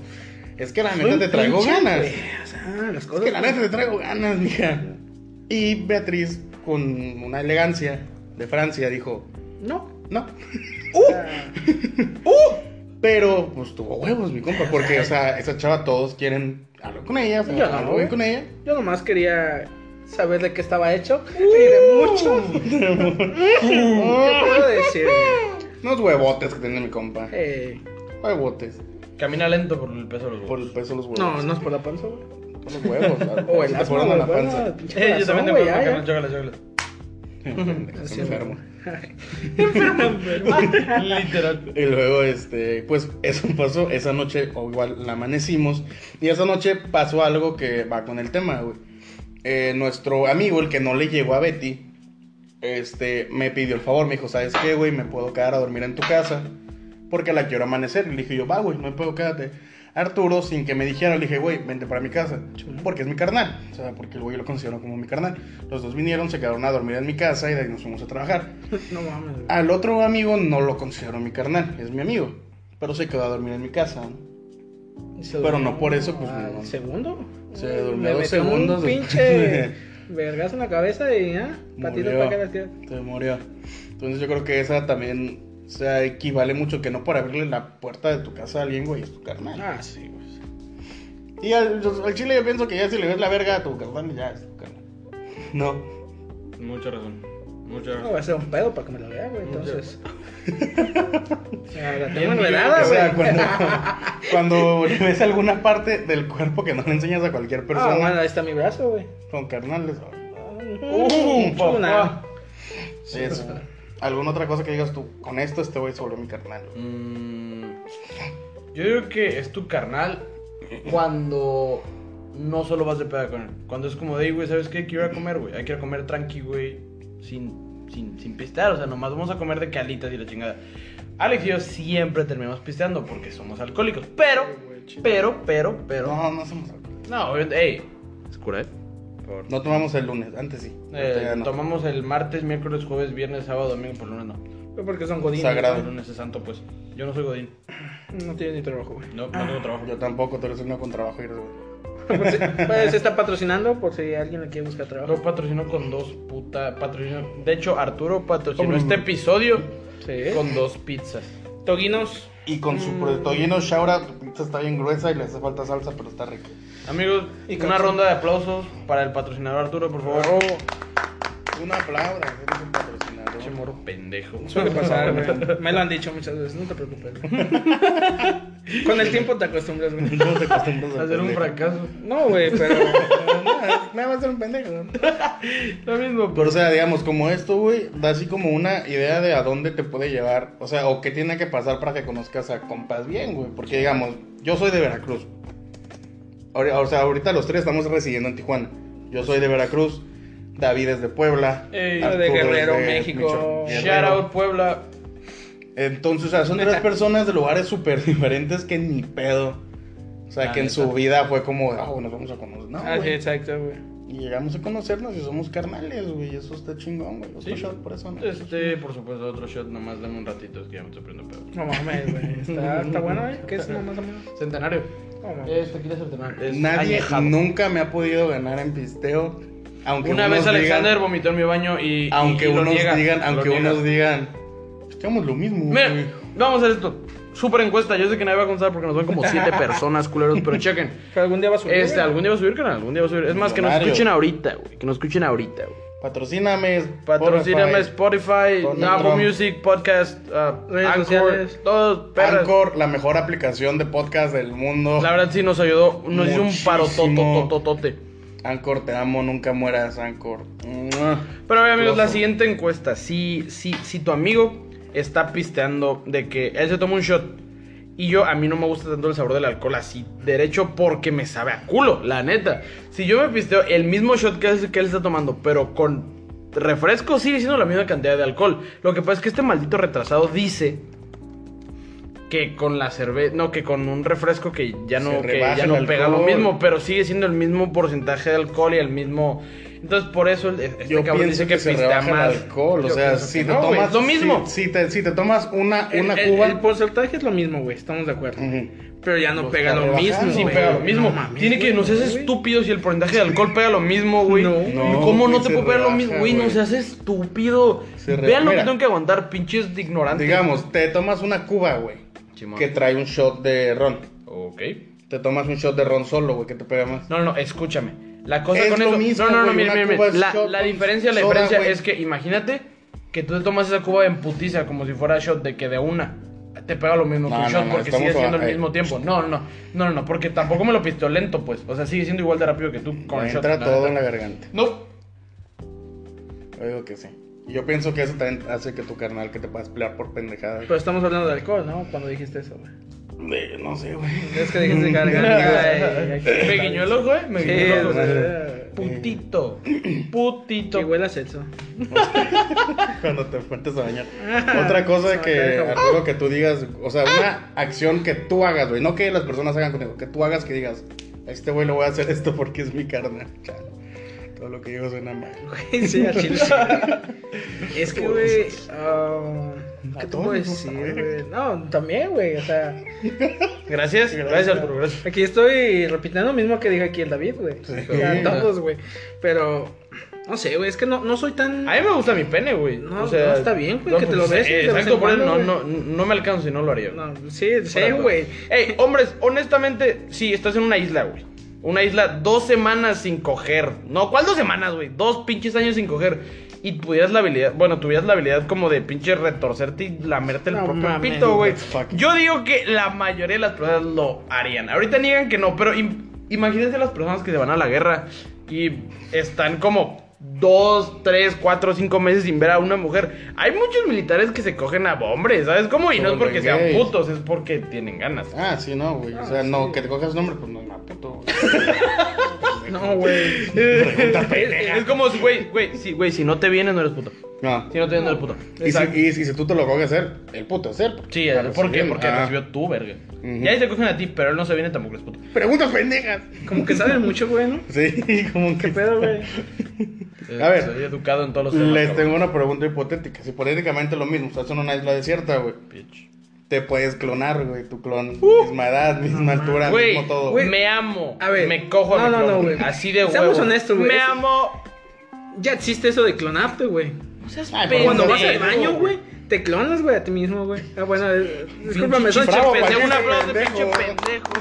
Es que la Soy neta un te traigo pinche, ganas. güey, O sea, las Es cosas. que la neta te traigo ganas, mija. Y Beatriz, con una elegancia de Francia, dijo, No. no. O sea, ¡Uh! Pero, pues tuvo huevos, mi compa, porque, o sea, esa chava todos quieren hablar con ella, Yo no, hablar güey. con ella. Yo nomás quería saber de qué estaba hecho. Uh. Y de mucho. ¿Qué puedo decir? Unos huevotes que tiene mi compa. Eh, Huevotes. Camina lento por el peso de los Por huevos. el peso de los huevos. no, no es por la panza, güey. Por los huevos. O el te asma, fueron a güey. la bueno, panza. pinche Eh, yo corazón, también tengo güey, que ya, ya. cambiar. Chócala, chócala. Pendejo, Así, enfermo. Literal. Y luego, este, pues eso pasó. Esa noche, o igual, la amanecimos. Y esa noche pasó algo que va con el tema, güey. Eh, nuestro amigo, el que no le llegó a Betty, este, me pidió el favor. Me dijo, ¿sabes qué, güey? Me puedo quedar a dormir en tu casa. Porque la quiero amanecer. Y le dije, yo, va, güey, no me puedo quedarte. Arturo, sin que me dijera, le dije, güey, vente para mi casa. Porque es mi carnal. O sea, porque el güey lo considero como mi carnal. Los dos vinieron, se quedaron a dormir en mi casa y de ahí nos fuimos a trabajar. No mames, güey. Al otro amigo no lo considero mi carnal, es mi amigo. Pero se quedó a dormir en mi casa. Se Pero durmió no por eso, pues, al no. segundo. Se Me durmió dos metió segundos. Un pinche vergazo en la cabeza y ya. Patitas Murió. para que las tira. Se murió. Entonces yo creo que esa también o sea, equivale mucho que no por abrirle la puerta de tu casa a alguien, güey, es tu carnal. Ah, sí, güey. Y Y al, pues, al chile yo pienso que ya si le ves la verga a tu carnal, ya es tu carnal. No. Mucha razón. Mucha No, va a ser un pedo para que me lo vea, güey. Entonces. O sea, la tengo Bien, enredada, O güey. sea, cuando, cuando le ves alguna parte del cuerpo que no le enseñas a cualquier persona Ah, bueno, ahí está mi brazo, güey. con carnales. Uh, papá. Sí, es- ¿Alguna otra cosa que digas tú? Con esto este güey se volvió mi carnal. güey. Mm, yo digo que es tu carnal cuando no solo vas de peda con él. Cuando es como de, "Ey, güey, ¿sabes qué? Quiero ir a comer, güey. Hay que ir a comer tranqui, güey. Sin, sin, sin pistear, o sea, nomás vamos a comer de calitas y la chingada. Alex y yo siempre terminamos pisteando porque somos alcohólicos. Pero, pero, pero, pero. No, no somos alcohólicos. No, obviamente, ey. Es cura, eh. Por- No tomamos el lunes, antes sí. Eh, Ahorita ya no. Tomamos el martes, miércoles, jueves, viernes, sábado, domingo, por lunes no. Fue porque son godines. Sagrado. El lunes es santo, pues. Yo no soy Godín. güey. No tiene ni trabajo, güey. No, no Ah. tengo trabajo. Yo tampoco, tú eres uno con trabajo y eres güey. Pues, sí, pues, se está patrocinando por si alguien le quiere buscar trabajo. Lo patrocinó con dos puta. Patrocinó. De hecho, Arturo patrocinó Hombre, este hombre. episodio Sí. con dos pizzas. Toguinos. Y con su producto lleno, Shaura, tu pizza está bien gruesa y le hace falta salsa, pero está rica. Amigos, Y con una su- ronda de aplausos para el patrocinador Arturo, por favor. Un aplauso, eres un patrocinador. Che moro pendejo. Suele pasar, güey. Me lo han dicho muchas veces, no te preocupes. güey. Con el tiempo te acostumbras, güey. No te acostumbras a Hacer un pendejo. fracaso. No, güey, pero. Nada, nada más ser un pendejo. ¿no? Lo mismo, Pero, o sea, digamos, como esto, güey, da así como una idea de a dónde te puede llevar, o sea, o qué tiene que pasar para que conozcas a compas bien, güey. Porque, digamos, yo soy de Veracruz. Ahori- O sea, ahorita los tres estamos residiendo en Tijuana. Yo soy de Veracruz, David es de Puebla. Ey, yo de Arturo es Guerrero, de México. Michoacán. Shout out Puebla. Entonces, o sea, son tres personas de lugares súper diferentes que ni pedo. O sea, La que en neta. su vida fue como, ah, bueno, nos vamos a conocer. No, Ah, sí, güey. exacto, güey. Y llegamos a conocernos y somos carnales, güey. Eso está chingón, güey. Sí. Otro shot por eso, ¿no? Este, por supuesto, otro shot. Nomás dame un ratito, es que ya me estoy prendiendo pedo. No mames, güey. Está, está bueno, güey. ¿Qué es nomás, amigo? Centenario. No mames. Este quiere centenario. Es Nadie añejado. nunca me ha podido ganar en pisteo. Aunque Una vez unos Alexander digan- vomitó en mi baño y. aunque y lo unos niega, digan, lo aunque niega. unos digan, pisteamos lo mismo, güey. Mira, vamos a hacer esto. Super encuesta. Yo sé que nadie va a contestar porque nos ven como siete personas, culeros, pero chequen. Que algún día va a subir. Este, güey. algún día va a subir, canal. Algún día va a subir. Es más, que nos Millonario. escuchen ahorita, güey. Que nos escuchen ahorita, güey. Patrocíname. Patrocíname Spotify, Spotify, Con Apple Metro. Music, Podcast, ah, Redes Anchor, sociales. todos, perras. Anchor, la mejor aplicación de podcast del mundo. La verdad sí nos ayudó, nos hizo un Muchísimo. paro tototototote. Anchor, te amo, nunca mueras, Anchor. ¡Mua! Pero a ver, amigos, la Ojo. siguiente encuesta. Si, si, si tu amigo está pisteando de que él se toma un shot y yo, a mí no me gusta tanto el sabor del alcohol así derecho porque me sabe a culo, la neta. Si yo me pisteo el mismo shot que, él- que él está tomando, pero con refresco sigue siendo la misma cantidad de alcohol. Lo que pasa es que este maldito retrasado dice que con la cerveza, no, que con un refresco que ya no, Se que rebaja ya el no pega lo alcohol. mismo, pero sigue siendo el mismo porcentaje de alcohol y el mismo. Entonces, por eso el- este Yo cabrón pienso dice que, que, se pistea rebaja más. el alcohol, o Yo sea, pienso si que te no, güey, tomas es lo mismo. Si, si te, si te tomas una, una El- el- cuba, El, porcentaje es lo mismo, güey. Estamos de acuerdo. Ujú. Pero ya no Lo pega está lo rebajando, mismo. Sí, güey. pega lo mismo. No mames, Tiene que, no seas güey. estúpido si el porcentaje de alcohol pega lo mismo, güey. No. No, ¿Cómo no güey, te se puede pegar lo rebaja, mismo? Güey, no güey. seas estúpido. Se re- Vean lo que Mira. tengo que aguantar, pinches de ignorantes. digamos, te tomas una cuba, güey, Simón. que trae un shot de ron. Ok. Te tomas un shot de ron solo, güey, que te pega más. No, no, no, escúchame. La cosa Es con lo eso. mismo, no, no, no, güey, mira, una mira, cuba mira. es La, shot la con diferencia, la soda, diferencia güey. es que imagínate que tú te tomas esa cuba en putiza como si fuera shot de que de una te pega lo mismo que No, un no, shot no, porque estamos eh. sigue siendo al a- mismo tiempo. No, no, no, no, no, no, porque tampoco me lo pisteo lento, pues. O sea, sigue siendo igual de rápido que tú con Me el shot. entra la todo neta. en la garganta. No. Yo digo que sí. Y Yo pienso que eso también hace que tu carnal que te puedas pelear por pendejadas. Pero estamos hablando de alcohol, ¿no? Cuando dijiste eso, güey. Eh, no sé, güey. Es que dijiste que era Me guiñó el ojo, eh. Me guiñó el ojo. o sea, Putito. Que Putito. huela sexo. Cuando te fuentes a bañar. Otra cosa No, que, qué rico. Arturo, que tú digas, o sea, una acción que tú hagas, güey. No que las personas hagan contigo, que tú hagas que digas, a este güey lo voy a hacer esto porque es mi carnal. Chale. Todo lo que digo suena mal. Güey, sí, al chile. sí. Es que, güey. ah, ¿Qué A te todos puedo nos gusta, decir, güey. güey? No, también, güey. O sea, Gracias. Gracias, Arturo. Gracias. aquí estoy repitiendo lo mismo que dije aquí el David, güey. O sea, todos, güey. Pero, no sé, güey. Es que no, no soy tan. A mí me gusta mi pene, güey. No, o sea, pues, eh, no, está bien, güey, que te lo beses de vez exacto, en por eso no, cuando, no, no me alcanzo y no lo haría. No, sí, Para sí, todo. güey. Ey, hombres, honestamente, sí, estás en una isla, güey. Una isla dos semanas sin coger. No, ¿cuál dos semanas, güey? Dos pinches años sin coger. Y tuvieras la habilidad, bueno, tuvieras la habilidad como de pinche retorcerte y lamerte el No propio mames, pito, güey. that's fucking- Yo digo que la mayoría de las personas lo harían. Ahorita niegan que no, pero im- imagínense las personas que se van a la guerra y están como dos, tres, cuatro, cinco meses sin ver a una mujer. Hay muchos militares que se cogen a hombres, ¿sabes? Como y no es Sobre porque sean gays. putos, es porque tienen ganas. Ah, sí, no, güey. O sea, no, que te cojas nombre, pues no es puto, güey. No, güey. Pregunta Es como, si, güey, güey, si, güey, si no te vienes no eres puto. No. Si no te vienes no eres puto. Y si, y si- si tú te lo coges él, el puto es él. Sí, eh, Claro, ¿por qué? él. Porque Ah. recibió tu verga. Ujú. Y ahí se cogen a ti, pero él no se viene tampoco, es puto. Preguntas pendejas. Como que saben mucho, güey, ¿no? Sí, como que. ¿Qué pedo, güey? Eh, A ver. Soy educado en todos los temas. Les cabrón. tengo una pregunta hipotética. Si hipotéticamente lo mismo, estás en una isla desierta, güey. Bitch. Te puedes clonar, güey. Tu clon, misma edad, misma altura, Güey, mismo todo. güey, me amo. A ver. Me cojo a No, mi no, clon, no, güey. güey. Así de huevo. Seamos honestos, güey. Me Eso- amo. Ya existe eso de clonarte, güey. O sea, es Ay, pendejo. Cuando vas al Pendejo, baño, güey. güey, te clonas, güey, a ti mismo, güey. Ah, bueno, eh, discúlpame, son Bravo, chapes. Patricio, Un aplauso, pinche pendejo. pendejo.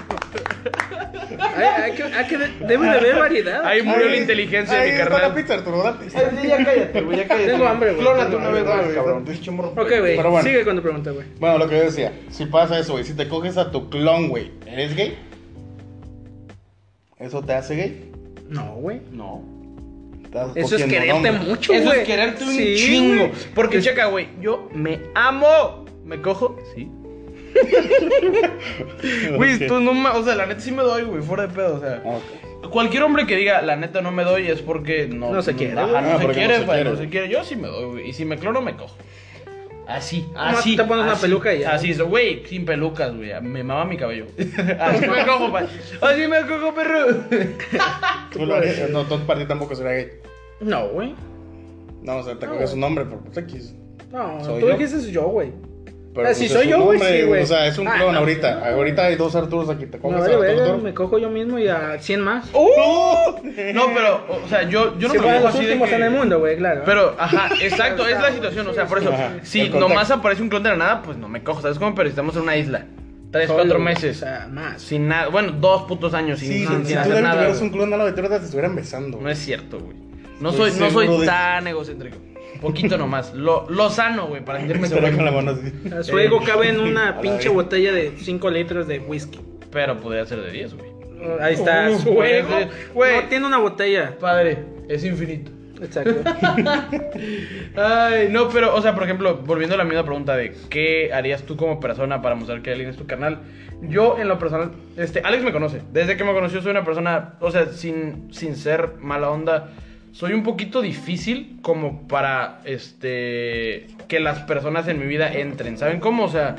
Hay, hay que, hay que, debe de haber variedad. Ahí Ay, murió la inteligencia de ahí mi está la carnal. pizza, Arturo, date. Ya cállate, güey, ya cállate. Tengo hambre, güey. Clónate Tengo una vez hambre, más, güey. cabrón. Pinche morro. Ok, güey, Pero bueno. sigue con tu pregunta, güey. Bueno, lo que yo decía, si pasa eso, güey, si te coges a tu clon, güey, ¿eres gay? ¿Eso te hace gay? No, güey. No. Estás Eso es cogiendo quererte nombre. mucho, güey. Eso es quererte un Sí, chingo. güey. Porque checa, güey, yo me amo. ¿Me cojo? Sí. Güey, Ok. Ah, tú no ma- O sea, la neta sí me doy, güey, fuera de pedo. O sea, Ok. cualquier hombre que diga, la neta no me doy, es porque no, No se quiere, ajá, güey. no, Ah, se porque quiere, no se güey, quiere. no se quiere. Yo sí me doy, güey. Y si me clono, me cojo. Así, Nomás así. te pones una así, peluca y ya. Así, es, güey, sin pelucas, güey. Me mama mi cabello. Así me cojo, pa. Así me cojo, perro. Tú lo harías, no, entonces para ti tampoco será gay. No, güey. No, o sea, te No, coges güey. un nombre por pues, X. No, Soy tú yo. dijiste eso yo, güey. Pero, Ah, si pues, soy es yo, un güey, hombre, sí, güey. O sea, es un Ah, clon no, ahorita. no. Ahorita hay dos Arturos aquí, te Me coges vale a otro verga, Arturo. me cojo yo mismo y a 100 más. ¡Uh! No, pero, o sea, yo, yo no si me fueran cojo los así de últimos que- en el mundo, güey, claro. Pero, ajá, exacto, es la situación. O sea, por eso, Ajá, si el contacto. nomás aparece un clon de la nada, pues no me cojo, ¿sabes cómo? Pero estamos en una isla. Tres, Solo, cuatro güey, meses. O sea, más. Sin nada. Bueno, dos putos años sin, Sí, sin- si sin tú hacer también nada. tuvieras güey. un clon a la veterana, te estuvieran besando. No güey. es cierto, güey. No Estoy soy, no soy seguro de- tan egocéntrico. Poquito nomás. Lo, lo sano, güey, para sentirme Estará seguro. con la mano así. A Su ego cabe en A la una pinche verga. botella de 5 litros de whisky. Pero podría ser de 10, güey. Ahí está, Uh, su puede ego. ser. Güey. No tiene una botella. Padre, es infinito. Exacto. Ay, no, pero, o sea, por ejemplo, volviendo a la misma pregunta de qué harías tú como persona para mostrar que alguien es tu canal. Yo, en lo personal, este, Alex me conoce. Desde que me conoció, soy una persona, o sea, sin, sin ser mala onda, soy un poquito difícil como para, este, que las personas en mi vida entren. ¿Saben cómo? O sea,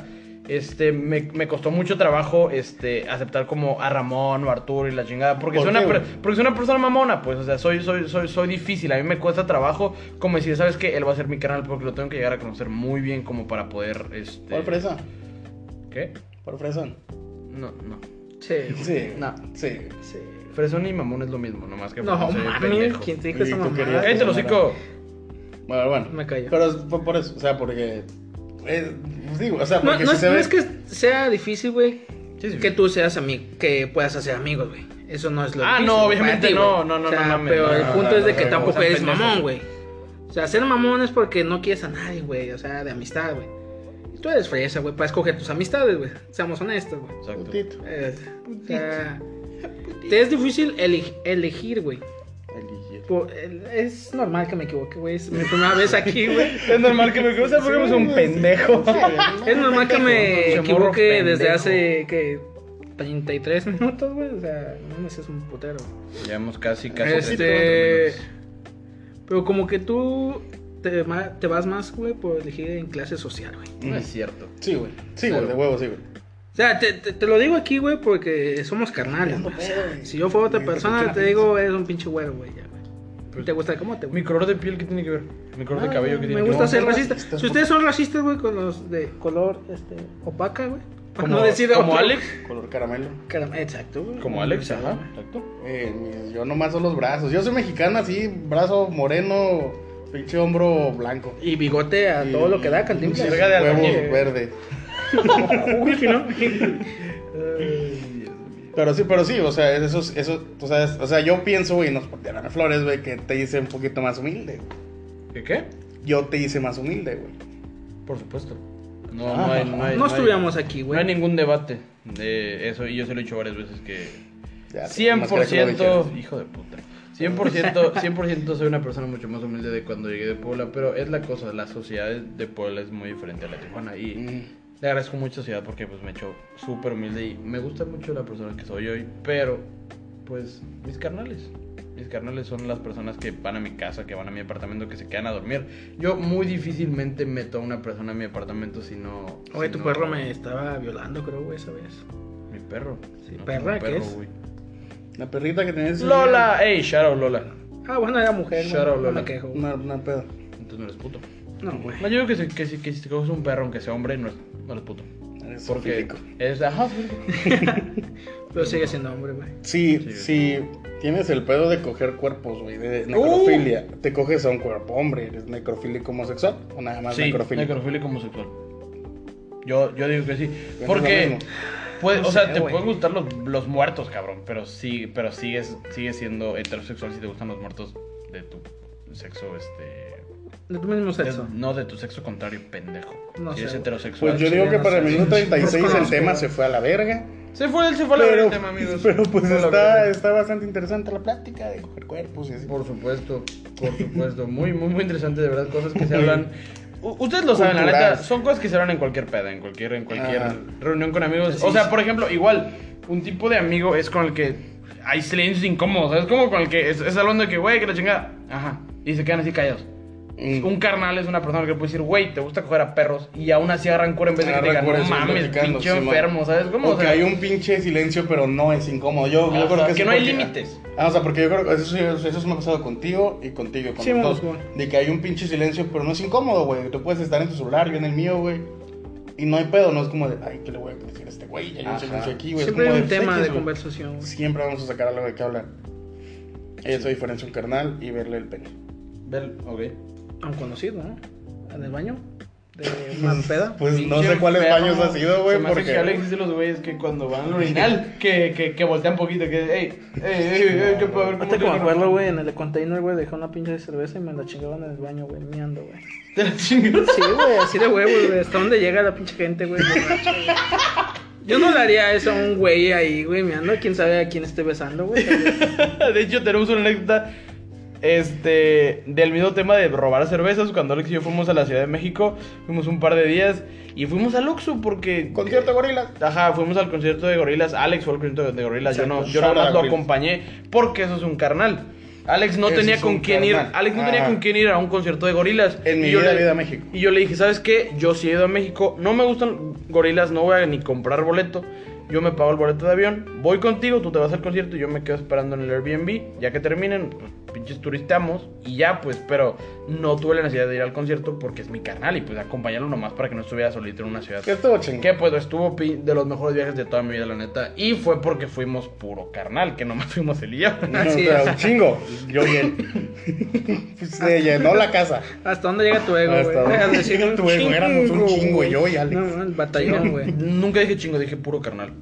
este, me, me costó mucho trabajo, este, aceptar como a Ramón o a Arturo y la chingada. Porque ¿Por soy qué, una, per- güey? porque soy una persona mamona, pues, o sea, soy, soy, soy, soy difícil. A mí me cuesta trabajo como decir, ¿sabes qué? Él va a ser mi canal porque lo tengo que llegar a conocer muy bien como para poder, este... ¿Por fresa? ¿Qué? ¿Por fresa? No, no. Sí. Sí. No. Sí. sí. Fresón y mamón es lo mismo, nomás que... No, fresón se ve mames, pendejo. ¿quién te dijo Sí, esa tú mamada? querías. Cállate el hocico. Bueno, bueno. Me callo. Pero fue por eso, o sea, porque. eh, digo, o sea, No, porque no si es, se no ve. es que sea difícil, güey. Sí, sí. Que tú seas amigo, que puedas hacer amigos, güey. Eso no es lo Ah, difícil, no, güey, obviamente para ti, no, güey. no, no, O sea, no mames, Pero no, el no, punto no, es de no, que no, tampoco no, eres pendejo. mamón, güey. O sea, ser mamón es porque no quieres a nadie, güey. O sea, de amistad, güey. Tú eres fresa, güey, para escoger tus amistades, güey. Seamos honestos, güey. Exacto. Putito. Eh, o sea, te es difícil eli- elegir, güey. Por- el- Es normal que me equivoque, güey. Es mi primera vez aquí, güey. Es normal que me gusta porque es un pendejo. Es normal que me Pinche morro equivoque desde pendejo. hace que 33 minutos, güey. O sea, no me es un putero. Llevamos casi, casi... Este. Pero como que tú te, ma- te vas más, güey, por elegir en clase social, güey. No es cierto. Sí, güey. Sí, güey, de huevo, sí, güey. O sea, te, te- te lo digo aquí, güey, porque somos carnales, güey. O sea, si yo fuera otra persona, te digo, eres un pinche güero, güey, ya, güey. ¿Te gusta cómo te Pues Mi color de piel, ¿qué tiene que ver? Mi color de Ah, cabello, no, ¿qué Me tiene que ver? gusta ser Estás- racista. estás- Si ustedes son racistas, güey, con los de color este, opaca, güey. Para Como- no decir como otro. Alex. Color caramelo. Caram- Exacto, güey. Como Alex, ajá, exacto. Eh, mis- yo nomás son los brazos. Yo soy mexicana, así, brazo moreno, pinche hombro blanco. Y bigote a todo lo que da, Sí, cantinflas. Verga de huevos albañil. Ah, verdes. Uy, ¿no? Ay, Dios mío. Pero sí, pero sí, o sea, eso, es- eso, tú sabes, o sea, yo pienso, güey, no es por tirarme flores, güey, que te hice un poquito más humilde. güey. ¿Qué qué? Yo te hice más humilde, güey. Por supuesto. No, Ah, no hay, no hay- No hay- estuviéramos aquí, güey. No hay ningún debate de eso, y yo se lo he dicho varias veces que Ya, más que la que lo dijeras. 100%, hijo de puta. 100%, 100% soy una persona mucho más humilde de cuando llegué de Puebla, pero es la cosa, la sociedad de Puebla es muy diferente a la de Tijuana y Mm. le agradezco mucho a Ciudad porque pues me echó súper humilde y me gusta mucho la persona que soy hoy, pero pues mis carnales, mis carnales son las personas que van a mi casa, que van a mi apartamento, que se quedan a dormir. Yo muy difícilmente meto a una persona a mi apartamento si no... Oye, si tu no- perro me estaba violando, creo, güey, esa vez. Mi perro. Sí, No ¿perra tengo qué es? güey. La perrita que tenías. Lola, hey, shout out Lola. Ah, bueno, era mujer, Shout out, güey. No Lola. me quejo. güey. Una, una peda. Entonces no eres puto. No, güey. No, yo digo que si, que si, que si te coges un perro, aunque sea hombre, no es, no eres puto. Eres Porque zoofílico. es ajá, sí. Pero sigue siendo hombre, güey. Sí, Sí, Uh. si tienes el pedo de coger cuerpos, güey, de necrofilia, te coges a un cuerpo hombre, eres necrofílico homosexual o nada más sí, necrofílico. necrofílico homosexual. Yo, yo digo que sí. es lo Porque, mismo. puede- No o sea, sé, te güey. pueden gustar los, los muertos, cabrón, pero sí, pero sigues, sigues siendo heterosexual si te gustan los muertos de tu sexo, este... De tu mismo de- sexo. no, de tu sexo contrario, pendejo. No si sé, eres güey. heterosexual. pues yo Sí, digo que no para sé. el minuto 36 el Desconozco. tema se fue a la verga. Se fue, se fue la Pero, verga el tema, amigos. pero pues Fue la está, verga. está bastante interesante la plática de coger cuerpos y así. Por supuesto, por supuesto. Muy, muy, muy interesante, de verdad. Cosas que se hablan. U- Ustedes lo saben, la Cultural. neta. Son cosas que se hablan en cualquier peda, en cualquier, en cualquier Ajá. reunión con amigos. Así O sea, es. por ejemplo, igual, un tipo de amigo es con el que hay silencios incómodos. Es como con el que es, es hablando de que, güey, que la chingada. Ajá. Y se quedan así callados. Mm. Un carnal es una persona que puede decir, güey, te gusta coger a perros. Y aún así agarran cura en vez de que te digan, Agarran cura no y siguen mames, platicando, pinche Simón. enfermo, ¿sabes? ¿Cómo? O que hay un pinche silencio, pero no es incómodo. Yo, Ah, yo o creo sea, que, que sí, no hay porque- límites. Ah, o sea, porque yo creo que eso, sí- eso, eso sí me ha pasado contigo y contigo, con Sí, los dos. vamos, güey. De que hay un pinche silencio, pero no es incómodo, güey. Tú puedes estar en tu celular, yo en el mío, güey. Y no hay pedo, no es como de, ay, ¿qué le voy a decir a este güey? Ya hay un Ajá. silencio aquí, güey. Es Siempre como hay un pues, tema X, de güey. conversación, güey. Siempre vamos a sacar algo de qué hablar. Eso diferencia un carnal y verle el pene. Del- ok. A un conocido, ¿no? En el baño. De una peda. Pues no Pinche sé cuáles enfermo. baños ha sido, güey, Se me hace que Alex porque... es de los güeyes que cuando van al urinal, que, que, que voltean poquito, que, ey, ey, ey, ey, que puedo ver Ahorita que me te- acuerdo, güey, en el container, güey, dejé una pinche de cerveza y me la chingaban en el baño, güey, miando, güey. Te la chingas. Sí, güey, así de huevos, güey. ¿Hasta dónde llega la pinche gente, güey? borracha, güey? Yo no le haría eso a un güey ahí, güey, mirando quién sabe a quién esté besando, güey. De hecho, tenemos una anécdota este, del mismo tema de robar cervezas. Cuando Alex y yo fuimos a la Ciudad de México, fuimos un par de días y fuimos al Oxxo porque... Concierto gorila. Ajá, fuimos al concierto de Gorilas. Alex fue al concierto de Gorilas. Yo no, Exacto. yo nada Shout out más a lo Gorillaz. acompañé porque eso es un carnal. Alex no Eso tenía es con un quién carnal. ir. Alex no Ajá. tenía con quién ir a un concierto de Gorilas. En mi Y yo vida le- he ido a México. Y yo le dije, ¿sabes qué? Yo sí he ido a México. No me gustan Gorilas, no voy a ni comprar boleto. Yo me pago el boleto de avión, voy contigo, tú te vas al concierto y yo me quedo esperando en el Airbnb. Ya que terminen, pues, pinches turistamos y ya, pues, pero no tuve la necesidad de ir al concierto porque es mi carnal y pues acompañarlo nomás para que no estuviera solito en una ciudad Que estuvo chingón. que pues estuvo pi- de los mejores viajes de toda mi vida, la neta. Y fue porque fuimos puro carnal, que nomás fuimos él y yo. No, Así o sea, es. un chingo. Yo bien. Se llenó la casa. ¿Hasta dónde llega tu ego, Hasta güey? dónde Al llega decir tu ego, éramos un chingo, güey. yo y Alex. No, el batallón, güey. Nunca dije chingo, dije puro carnal.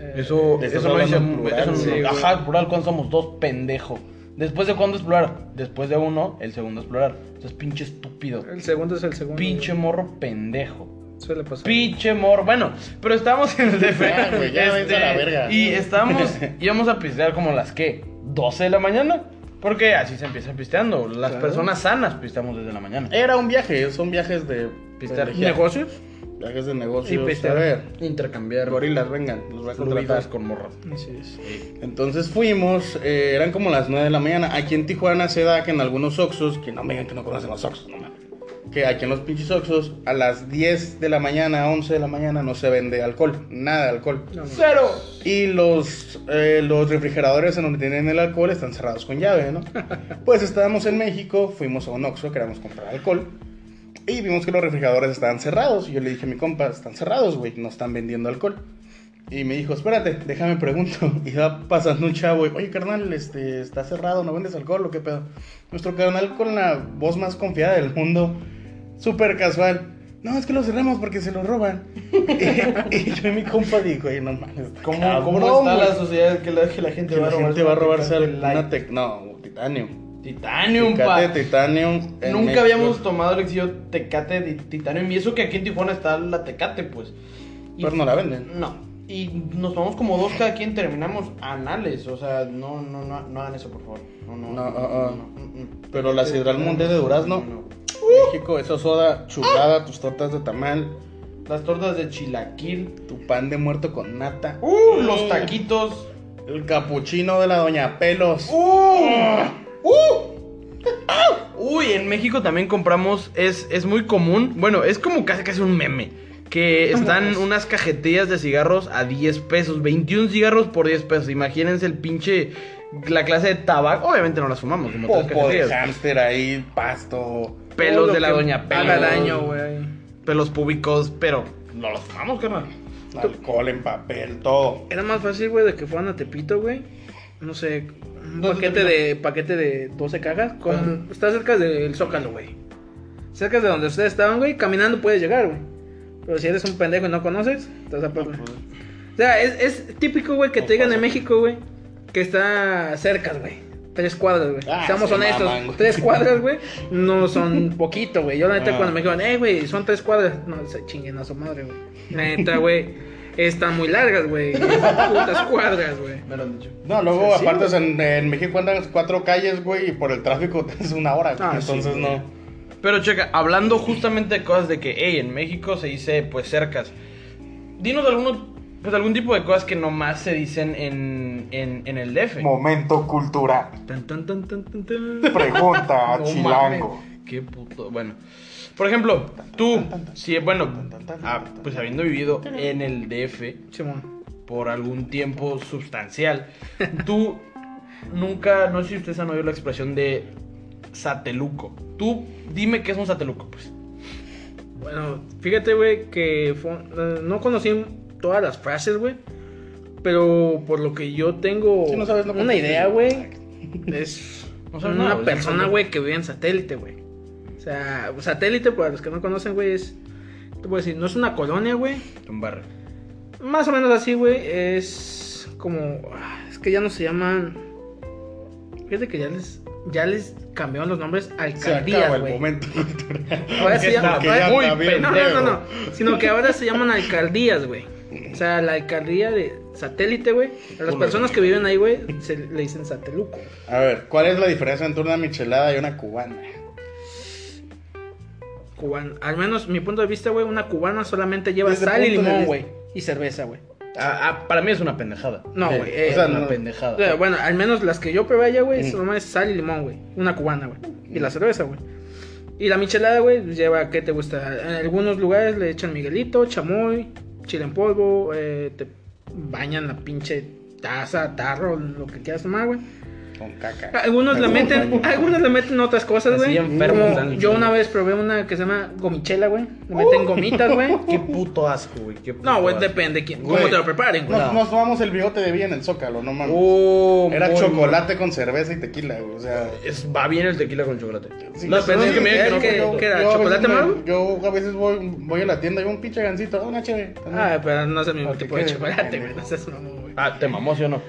Eh, Eso, Estás eso no dice. hablando en plural, eso no- sí, güey. ajá, plural, cuando somos dos, pendejo. Después de cuándo explorar, después de uno, el segundo explorar. Entonces, pinche estúpido. El segundo es el segundo. Pinche morro pendejo. güey. Suele pasar. Pinche mor. Bueno, pero estábamos en el DF. Ya, güey, ya, vete a la verga. Y estábamos, íbamos a pistear como las que, 12 de la mañana. Porque así se empieza pisteando. Las Claro. personas sanas pisteamos desde la mañana. Era un viaje, son viajes de Pistear. de- ¿Negocios? Viajes de negocios. Y pistear. A ver, Intercambiar gorilas, vengan, los voy a fluidos contratar. con morras. Así es. Entonces fuimos, eh, eran como las 9 de la mañana. Aquí en Tijuana se da que en algunos Oxxos, que no me digan que no conocen los Oxxos, no mames. Que aquí en los pinches Oxxos, a las 10 de la mañana, 11 de la mañana, no se vende alcohol, nada de alcohol. No, no. ¡Cero! Y los, eh, los refrigeradores en donde tienen el alcohol están cerrados con llave, ¿no? Pues estábamos en México, fuimos a un Oxxo, queríamos comprar alcohol. Y vimos que los refrigeradores estaban cerrados. Y yo le dije a mi compa, están cerrados, güey, no están vendiendo alcohol. Y me dijo, espérate, déjame pregunto. Y va pasando un chavo, y, oye, carnal, este, está cerrado, ¿no vendes alcohol o qué pedo? Nuestro carnal con la voz más confiada del mundo, súper casual. No, es que lo cerramos porque se lo roban. y, y yo y mi compa digo, "Ey, no mames. ¿Cómo, cabrón, ¿Cómo está güey, la sociedad que la, que la gente que va a la robar? gente va a robarse el una tec... No, titanium. Titanium, pa. Tecate Titanium. en Nunca México. habíamos tomado el exilio Tecate de Titanium. Y eso que aquí en Tijuana está la Tecate, pues. Y- Pero no la venden. No. Y nos tomamos como dos cada quien, terminamos anales. O sea, no, no, no, no hagan eso, por favor. No, no, No, no. ah, ah. no, mm, mm. Pero la sidral mundial de durazno, uh. No, no. México, eso soda, chulada, tus tortas de tamal, Las tortas de chilaquil. tu pan de muerto con nata, Uh, los taquitos. Uh, el capuchino de la doña Pelos. Eh. Uy, en México también compramos, es, es muy común, bueno, es como casi casi un meme, que están unas cajetillas de cigarros a 10 pesos, 21 cigarros por 10 pesos, imagínense el pinche, la clase de tabaco, obviamente no las fumamos, como tres Popo de cajetillas, hámster ahí, pasto. pelos de la doña Haga pelos, daño, güey. pelos púbicos, pero no los fumamos, carnal. Alcohol en papel, todo. Era más fácil, güey, de que fueran a Tepito, güey. No sé, un ¿Dónde paquete Tepito? de, paquete de 12 cajas. Con, Está cerca del Zócalo, güey. Cerca de donde ustedes estaban, güey. Caminando puedes llegar, güey. Pero si eres un pendejo y no conoces, estás a pues, perder. O sea, es, es típico, güey, que No te digan en pasa. México, güey, que está cerca, güey. Tres cuadras, güey. Ah, Seamos se honestos. maman, güey. tres cuadras, güey, no son poquito, güey. Yo la neta Ah. cuando me dijeron, eh, güey, son tres cuadras. No, se chinguen a su madre, güey. Neta, güey. Están muy largas, güey. Esas putas cuadras, güey. Me lo han dicho. No, luego Sí, aparte en, en México andan cuatro calles, güey, y por el tráfico es una hora, güey, Ah, sí, entonces no. Pero checa, hablando justamente de cosas de que, hey, en México se dice, pues, cercas. Dinos alguno, pues, algún tipo de cosas que nomás se dicen en, en, en el DF. Momento cultural. Tan, tan, tan, tan, tan, tan. Pregunta No mames, Qué puto. Bueno, por ejemplo, tú, si, bueno, ah, pues habiendo vivido en el DF Simón. por algún tiempo sustancial, tú nunca, no sé si ustedes han oído la expresión de sateluco. Tú dime qué es un sateluco, pues. Bueno, fíjate, güey, que fue- eh, no conocí todas las frases, güey. Pero por lo que yo tengo Si no sabes, no una conoces. idea, güey, es No sabes una nada, güey. persona, güey, que vive en satélite, güey. O sea, satélite, para los que no conocen, güey, es... Te voy a decir, no es una colonia, güey. Un barrio. Más o menos así, güey. Es como... ah, Es que ya no se llaman... Fíjate que ya les, ya les cambiaron los nombres a Se acaba alcaldías, el güey. momento cultural. Ahora se Porque llama- está ahora- muy Uy, pe- no, no, pendejo. no, no. Sino que ahora se llaman alcaldías, güey. O sea, la alcaldía de satélite, güey. A las personas que viven ahí, güey, se le dicen sateluco. A ver, ¿cuál es la diferencia entre una michelada y una cubana? Cubano. Al menos mi punto de vista, güey, una cubana solamente lleva Desde sal y punto de limón, vista. güey. Y cerveza, güey. Ah, ah, para mí es una pendejada. No, Sí, güey. o eh, sea, una no. o sea, pendejada. bueno, al menos las que yo probé allá, güey, Mm. solo es sal y limón, güey. Una cubana, güey. Y la cerveza, güey. Y la michelada, güey, pues, lleva, ¿qué te gusta? En algunos lugares le echan miguelito, chamoy, chile en polvo, eh, te bañan la pinche taza, tarro, lo que quieras tomar, güey. Con caca. Algunos le Con meten, caca. algunos le meten otras cosas, Así güey. enfermos Como dan- Yo una vez probé una que se llama gomichela, güey. Le meten gomitas, güey. Qué puto asco, güey. qué puto No, güey, asco. depende quién, Güey, cómo te lo preparen, güey. Uh, Nos, nos tomamos el bigote de vía en el zócalo, no mames. Oh, Era muy- chocolate con cerveza y tequila, güey. O sea. Es- va bien el tequila con chocolate. sí, no, depende sí, que me digan es que, que- no. yo- ¿qué era? yo a veces ¿Chocolate me- amargo? Yo a veces voy, voy a la tienda y un pinche gancito, una chévere. también. Ah, pero no es el mismo Porque tipo de quede chocolate, güey. pendejo. No seas mamón, güey. Ah, ¿te mamó, sí o no?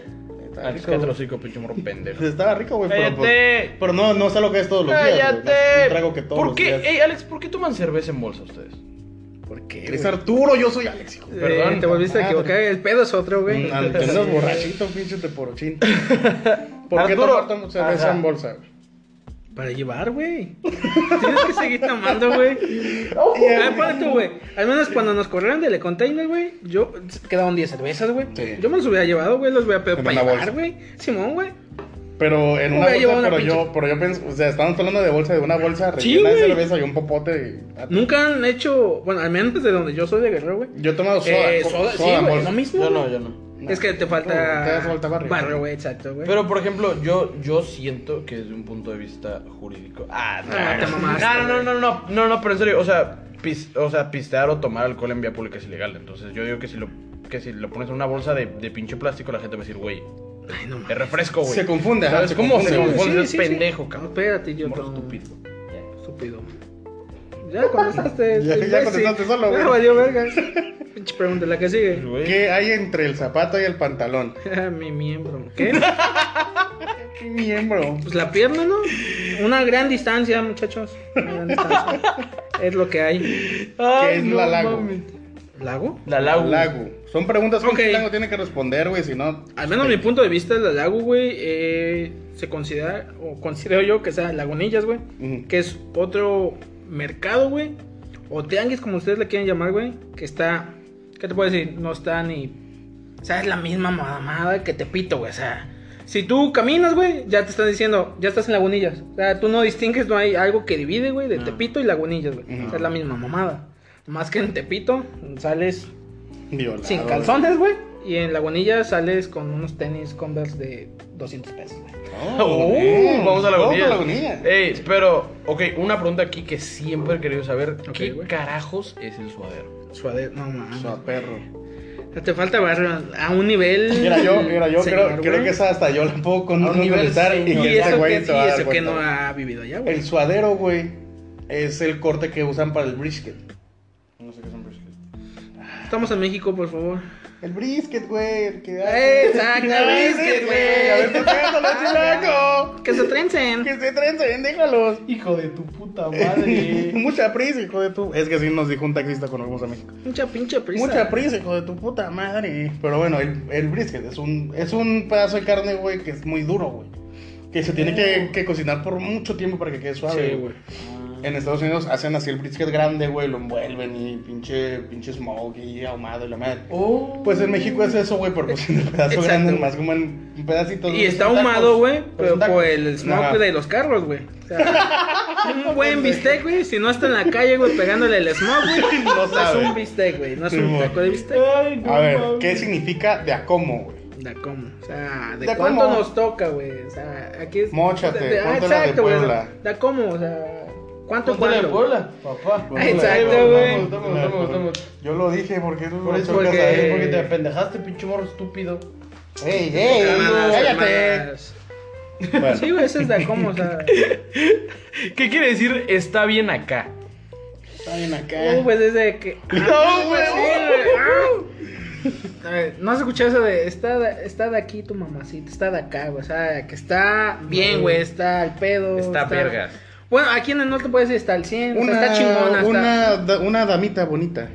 Está Ah, rico, cállate el güey. hocico, pinche morro pendejo. Pues Estaba rico, güey. Pero, Cállate. pero no, no sé lo que es todos los días. güey. Es un trago que todos ¿Por los qué? Eh, días- Ey, Alex, ¿por qué toman cerveza en bolsa ustedes? ¿Por qué? Eres güey? Arturo, yo soy Alex, hijo. Eh, Perdón, te volviste a madre. equivocar. El pedo es otro, güey. Ah, Mm, Andas borrachito, pinche teporochín. ¿Por qué Arturo. tomar tan- cerveza Ajá. en bolsa, güey? Para llevar, güey. Tienes que seguir tomando, güey. Oh, Ah, para tú, güey. Al menos cuando nos corrieron del container, güey, yo quedaban 10 cervezas, güey. Sí. Yo me los hubiera llevado, güey. Los hubiera pedido En para una llevar, bolsa. güey. Simón, güey. Pero en una Hubiera llevado bolsa, una pero pinche- yo, pero yo pienso, o sea, estamos hablando de bolsa, de una bolsa Sí, rellena de güey. cerveza y un popote. y- Nunca han hecho, bueno, al menos de donde yo soy de Guerrero, güey. Yo he tomado soda, Eh, co- soda, sí, en güey. bolsa. Lo mismo. Yo no, güey. yo no. Es que te falta. No, te hace falta barrio. Barrio, güey, exacto, güey. Pero, por ejemplo, yo, yo siento que desde un punto de vista jurídico... Ah, no, Ah, te mamaste, no, no, no, no, no, no, no, pero en serio, o sea, pis- o sea, pistear o tomar alcohol en vía pública es ilegal. Entonces, yo digo que si lo, que si lo pones en una bolsa de, de pinche plástico, la gente va a decir, güey, Ay, no mames. es refresco, güey. Se confunde, ajá, ¿Sabes se cómo? confunde, Se güey. confunde, Sí, es sí, sí. pendejo, cabrón. No, espérate, yo Morro no- estúpido. Estúpido. Ya contestaste. Ya- ya imbécil. contestaste solo, güey. Ya valió verga. Pinche pregunta, la que sigue. Güey. ¿Qué hay entre el zapato y el pantalón? Mi miembro. ¿Qué? ¿Qué miembro? Pues la pierna, ¿no? Una gran distancia, muchachos. Una gran distancia. Es lo que hay. Ay, es la lago? mames. ¿Lago? La lago. Lago. Son preguntas que Ok. un chilango tiene que responder, güey, si no... Al menos mi punto de vista, la lago, güey, eh, se considera, o considero yo que sea Lagunillas, güey, Ujú. que es otro mercado, güey, o tianguis, como ustedes le quieren llamar, güey, que está, ¿qué te puedo decir? No está ni, o sea, es la misma mamada que te pito, güey, o sea, si tú caminas, güey, ya te están diciendo, ya estás en Lagunillas, o sea, tú no distingues, no hay algo que divide, güey, de Tepito y Lagunillas, güey, o sea, es la misma mamada, más que en Tepito sales Violado, sin güey. calzones, güey. Y en la guanilla sales con unos tenis Converse de 200 pesos, güey. Oh, Uh, vamos a la Vamos a agonía. Eh. agonía. Ey, pero, ok, una pregunta aquí que siempre he querido saber. Ok, ¿Qué güey. carajos es el suadero? Suave, no mames. Su perro. Te falta barrio a un nivel. Mira, yo, mira, yo señor, creo, creo güey. que esa hasta yo la puedo con A un nivel contestar y señor. Y que este eso que, güey se va a y dar eso que cuenta, no güey. ha Ah, vivido ya, güey. El suadero, güey, es el corte que usan para el brisket. No sé qué es un brisket. Estamos en México, por favor. El brisket, güey. el que- Eh, Exacto, Ah, brisket, brisket, güey. A ver, tú cántalo, chilango. Que se trencen. Que se trencen, déjalos. Hijo de tu puta madre. Mucha prisa, hijo de tu. Es que así nos dijo un taxista cuando fuimos a México. Mucha pinche prisa. Mucha prisa, hijo de tu puta madre. Pero bueno, el, el brisket es un, es un pedazo de carne, güey, que es muy duro, güey. Que se Mm. tiene que, que cocinar por mucho tiempo para que quede suave. Sí, güey. güey. En Estados Unidos hacen así el brisket grande, güey, lo envuelven y pinche, pinche smoke y ahumado y la madre. Oh. Pues en México es eso, güey, pero pues en el pedazo Exacto. grande más como en en pedacitos. Y güey, está son tacos. ahumado, güey, Pero pero son tacos. por el smoke Ajá. de los carros, güey. O sea, un buen bistec, güey. Si no está en la calle, güey, pegándole el smoke, güey. No No es sabe. un bistec, güey. No es Sí, un mo. taco de bistec. A ver, ¿qué significa de a cómo, güey? Da cómo. O sea, ¿de, Da cuánto cómo. nos toca, güey? O sea, aquí es. ah, Móchate, ponte la de Puebla. güey. Da cómo, o sea, ¿cuánto Póntale cuánto? de Puebla, papá. Pues, Ah, exacto, güey. Vamos, vamos, vamos, vamos. Yo lo dije porque tú Por lo eso eh, chocas porque, ahí, porque porque te apendejaste, pinche morro estúpido. te- ¡Ey, Ah, ey! ¡Cállate! hermanas. Bueno, Sí, güey, eso es da cómo, o sea. ¿Qué quiere decir está bien acá? está bien acá. Uh, pues es de que. No, güey. uh. Sí, güey. Ah. A ver, No has escuchado eso de está, de- está de aquí tu mamacita, está de acá, güey. O sea, que está bien, güey, está al pedo. Está vergas. Bueno, aquí en el norte puedes decir está al 100, o sea, Una, está chingona. está- una, da- una damita bonita.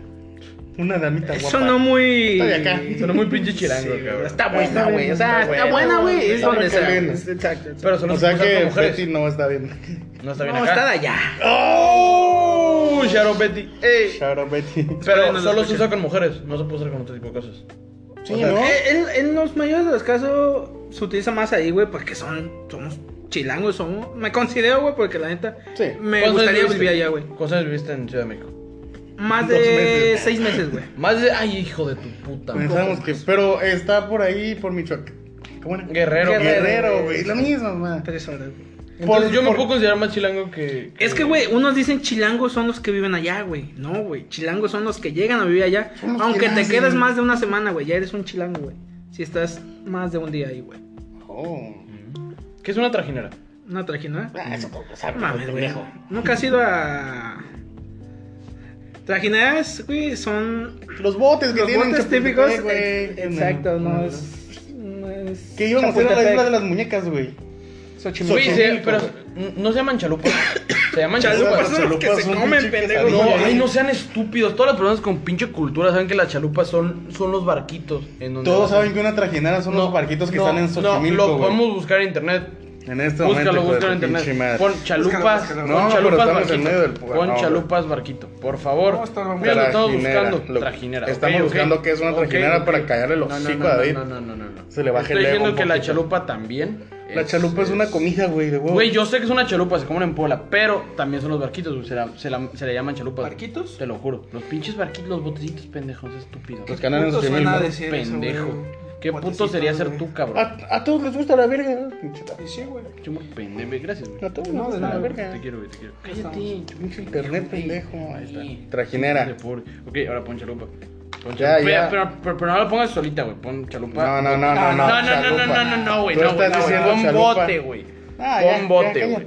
Una damita guapa. Sonó muy. Está de acá. Sonó muy pinche chilango, Sí, cabrón. Está buena, güey. O sea, Está está buena, güey. Es Está donde muy sea. caliente. Es- Exacto. Pero solo O se sea usa para que mujeres. Betty no está bien. No está bien No, acá. está de allá. ¡Oh! Sharon Betty. Ey. Shout out, Betty. Pero no lo solo se escuché. usa con mujeres, no se puede usar con otro tipo de cosas. Sí, O sea, ¿no? Eh, En, en los mayores de los casos se utiliza más ahí, güey, porque son, somos chilangos, somos. Me considero, güey, porque la neta. Sí. Me ¿Cuántos gustaría años vivir viviste? allá, güey. ¿Cuántos años viviste en Ciudad de México? Más Dos de meses. seis meses, güey. Más de. Ay, hijo de tu puta madre. Pues Pensamos que. Pero está por ahí, por Michoacán. ¿Cómo era? Guerrero. Guerrero. Guerrero, güey. Lo mismo, man. Tres horas, güey. Entonces Por- yo me por- puedo considerar más chilango que. Es que, güey, unos dicen chilangos son los que viven allá, güey. No, güey. Chilangos son los que llegan a vivir allá. Son los Aunque que te nacen. quedes más de una semana, güey. Ya eres un chilango, güey. Si estás más de un día ahí, güey. Oh. Que es una trajinera. Una trajinera. Ah, eso todo lo sabe, Mames, güey. pendejo. Nunca has ido a. Trajineras, güey, son. Los botes que Los tienen botes Chapultepec, típicos. güey. ex- Exacto, no es. No es. Que íbamos a hacer a la Chapultepec, isla de las muñecas, güey. Xochimilco. Güey, Xochimilco, se- pero güey. n- no se llaman chalupas. Se llaman Chalupas, chalupas. son los que chalupas se son comen, pinche pendejo. quesadilla. No, ay, no sean estúpidos. Todas las personas con pinche cultura saben que las chalupas son, son los barquitos. En donde Todos saben que una trajinera son No, los barquitos que no, están en No, Xochimilco, lo güey. podemos buscar en internet. En este Búscalo, momento, hijo de búscalo en tu pinche internet. madre. Pon chalupas, búscalo. pon No, pero chalupas estamos en barquito. medio del pueblo. pon No, chalupas barquito, por favor. No, estamos- Mira, lo estamos Trajinera, buscando. lo- Trajinera. estamos ok, ok. buscando qué es una Ok, trajinera ok. para callarle el No, no, hocico no, a no, David. No, no, no, no, no. Se le baje el Estoy ego diciendo un que la poquito. chalupa también. La chalupa es una comida, güey, de huevo. Este, Güey, yo sé que es una chalupa, se comen en Puebla, pero también son los barquitos, güey, se, la- se la- se le llaman chalupas. güey. ¿Barquitos? Te lo juro. Los pinches barquitos, los botecitos pendejos, estúpidos. Los canales Puto de suena Xochimilco. decir eso, güey. Pendejo. Qué puto Botecito, sería ser güey. tú, cabrón. A, a todos les gusta la verga, ¿no? Pinche ta- Y sí, güey. Yo me pendejo. güey. Gracias, güey. A todos les No, de gusta nada, la güey. verga. Te quiero, güey, te quiero. Cállate. Pinche internet, pendejo. Ahí Sí. está. Trajinera. De pobre. Ok, ahora pon chalupa. Pon Ya, chalupa. ya. Pero, pero- pero no lo pongas solita, güey. Pon chalupa. No, no, no, no, no. No, no, no, no, chalupa. no, no, no, güey. Tú No, estás güey, no, güey. diciendo Pon chalupa. bote, güey. Ah, ya, Pon ya, bote, güey.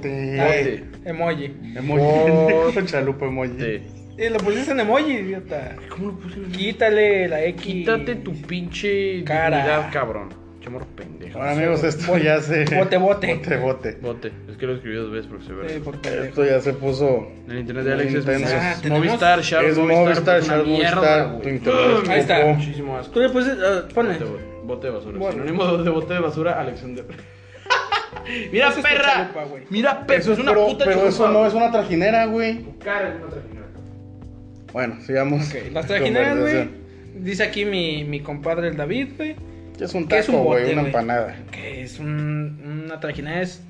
Bote. cállate. Emoji. Emoji. Chalupa emoji. Y lo pusiste en emoji, idiota. ¿Cómo lo puse? Quítale la X. Quítate tu pinche Cara. dignidad, cabrón. Chamorro pendejo. Ahora amigos, esto ya se. Bote, bote. Bote, bote. Bote. Es que lo escribí dos veces porque se Sí, ve. por pendejo. Esto ya se puso. En el internet de Alex es Intenso. Ah, Movistar, tenemos- Movistar, Sharp, es Movistar, puta Sharp, mierda, Movistar. Tu güey. internet. Ahí está. chocó. Muchísimo asco. Tú le pusiste. ah, ponle. Bote, bote, bote de basura. Bueno. Sinónimo de bote de basura, Alexander. Mira, Eso es perra. chalupa, güey. Mira, perra. Eso es una pro- puta pero chalupa, eso no güey. es una trajinera, güey. Tu cara es una trajinera. Bueno, sigamos. Ok, las trajineras, güey. Conversación. Dice aquí mi, mi compadre el David, güey. ¿Qué es un ¿Qué es un taco, güey? bote, Una güey? empanada. Que es un, una trajinera, es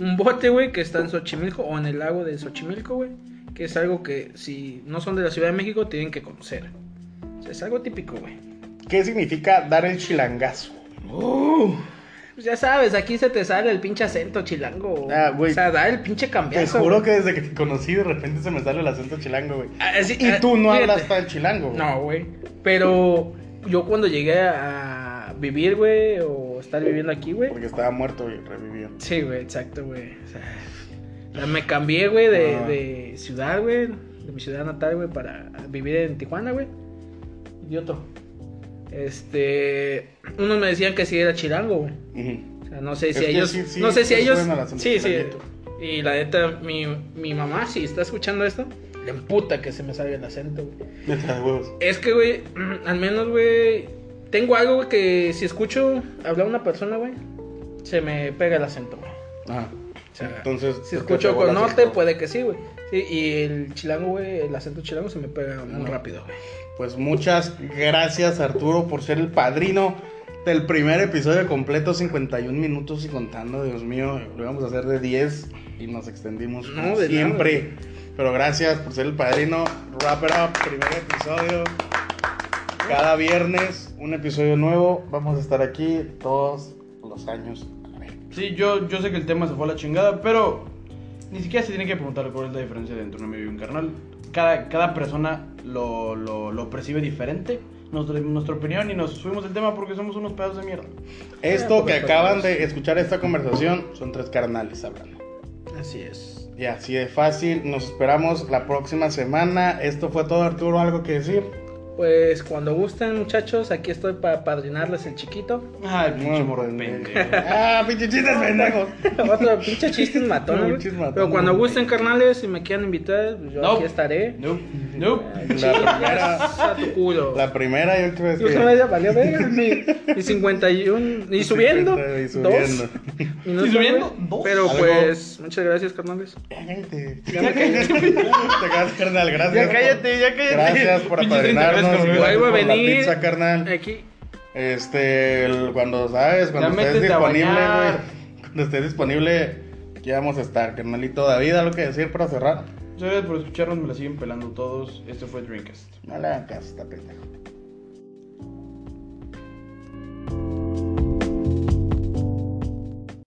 un bote, güey, que está en Xochimilco o en el lago de Xochimilco, güey. Que es algo que si no son de la Ciudad de México tienen que conocer. O sea, es algo típico, güey. ¿Qué significa dar el chilangazo? Oh. Pues ya sabes, aquí se te sale el pinche acento chilango. Ah, güey. O sea, da el pinche Te cambiazo. juro güey. que desde que te conocí de repente se me sale el acento chilango, güey. Ah, sí, Y ah, tú no fíjate. hablas tan chilango, güey. No, güey. Pero yo cuando llegué a vivir, güey, o estar viviendo aquí, güey. Porque estaba muerto y revivió. Sí, güey, exacto, güey. O sea, ya me cambié, güey, de, Ah. de ciudad, güey. De mi ciudad natal, güey, para vivir en Tijuana, güey. Idioto. Este. Unos me decían que sí era chilango, güey. Ujú. O sea, no sé Es si que ellos. sí, sí, no sé si te ellos. suena el acento Sí, sí. chilanguito. Y la neta, mi, mi mamá, si está escuchando esto, le emputa que se me salga el acento, güey. Neta, de huevos. Es que, güey, al menos, güey, tengo algo güey, que si escucho hablar a una persona, güey, se me pega el acento, güey. Ajá. O sea, Entonces, si te escucho pegó el con norte, acento. puede que sí, güey. Sí, y el chilango, güey, el acento chilango se me pega muy no. rápido, güey. Pues muchas gracias, Arturo, por ser el padrino del primer episodio completo, 51 minutos y contando, Dios mío, lo íbamos a hacer de 10 y nos extendimos No, como de siempre. Pero gracias por ser el padrino. Wrap it up, primer episodio. Cada viernes, un episodio nuevo. Vamos a estar aquí todos los años. A ver. Sí, yo, yo sé que el tema se fue a la chingada, pero ni siquiera se tiene que preguntar cuál es la diferencia de entre un amigo y un carnal. Cada, cada persona lo, lo, lo percibe diferente, nuestra, nuestra opinión, y nos subimos del tema porque somos unos pedazos de mierda. Esto que pocas acaban cosas. de escuchar esta conversación son tres carnales hablando. Así es. Y así de fácil, nos esperamos la próxima semana. Esto fue todo, Arturo. ¿Algo que decir? Pues cuando gusten, muchachos, aquí estoy para padrinarles el chiquito. Ay, pinche Bueno, morro pues, pendejo. ¡Ah, pinche chistes pendejos! Otro pinche chiste matón, güey. Pinches matones. Pero cuando gusten, carnales, si me quieren invitar, pues yo No. aquí estaré. No, no. La primera, A tu culo. la primera y última vez Y otra que- vez ya valió verga, mi, mi 51. Y subiendo. Y Dos. subiendo. minutos, Y subiendo, güey. dos. Pero Algo- pues, muchas gracias, carnales. Cállate. Ya me callé. Te quedas, carnal. Gracias. Ya cállate, ya cállate. Gracias por Pinches apadrinarnos. treinta veces, Gracias Vuelvo a por la venir. pizza, carnal. Aquí. Este, el- cuando sabes, cuando Ya estés métete a disponible, bañar. güey. Cuando estés disponible, aquí vamos a estar, carnalito. David, ¿algo que decir para cerrar? Muchas gracias por escucharnos, me la siguen pelando todos. Este fue Dreamcast. No le hagas, está pendejo.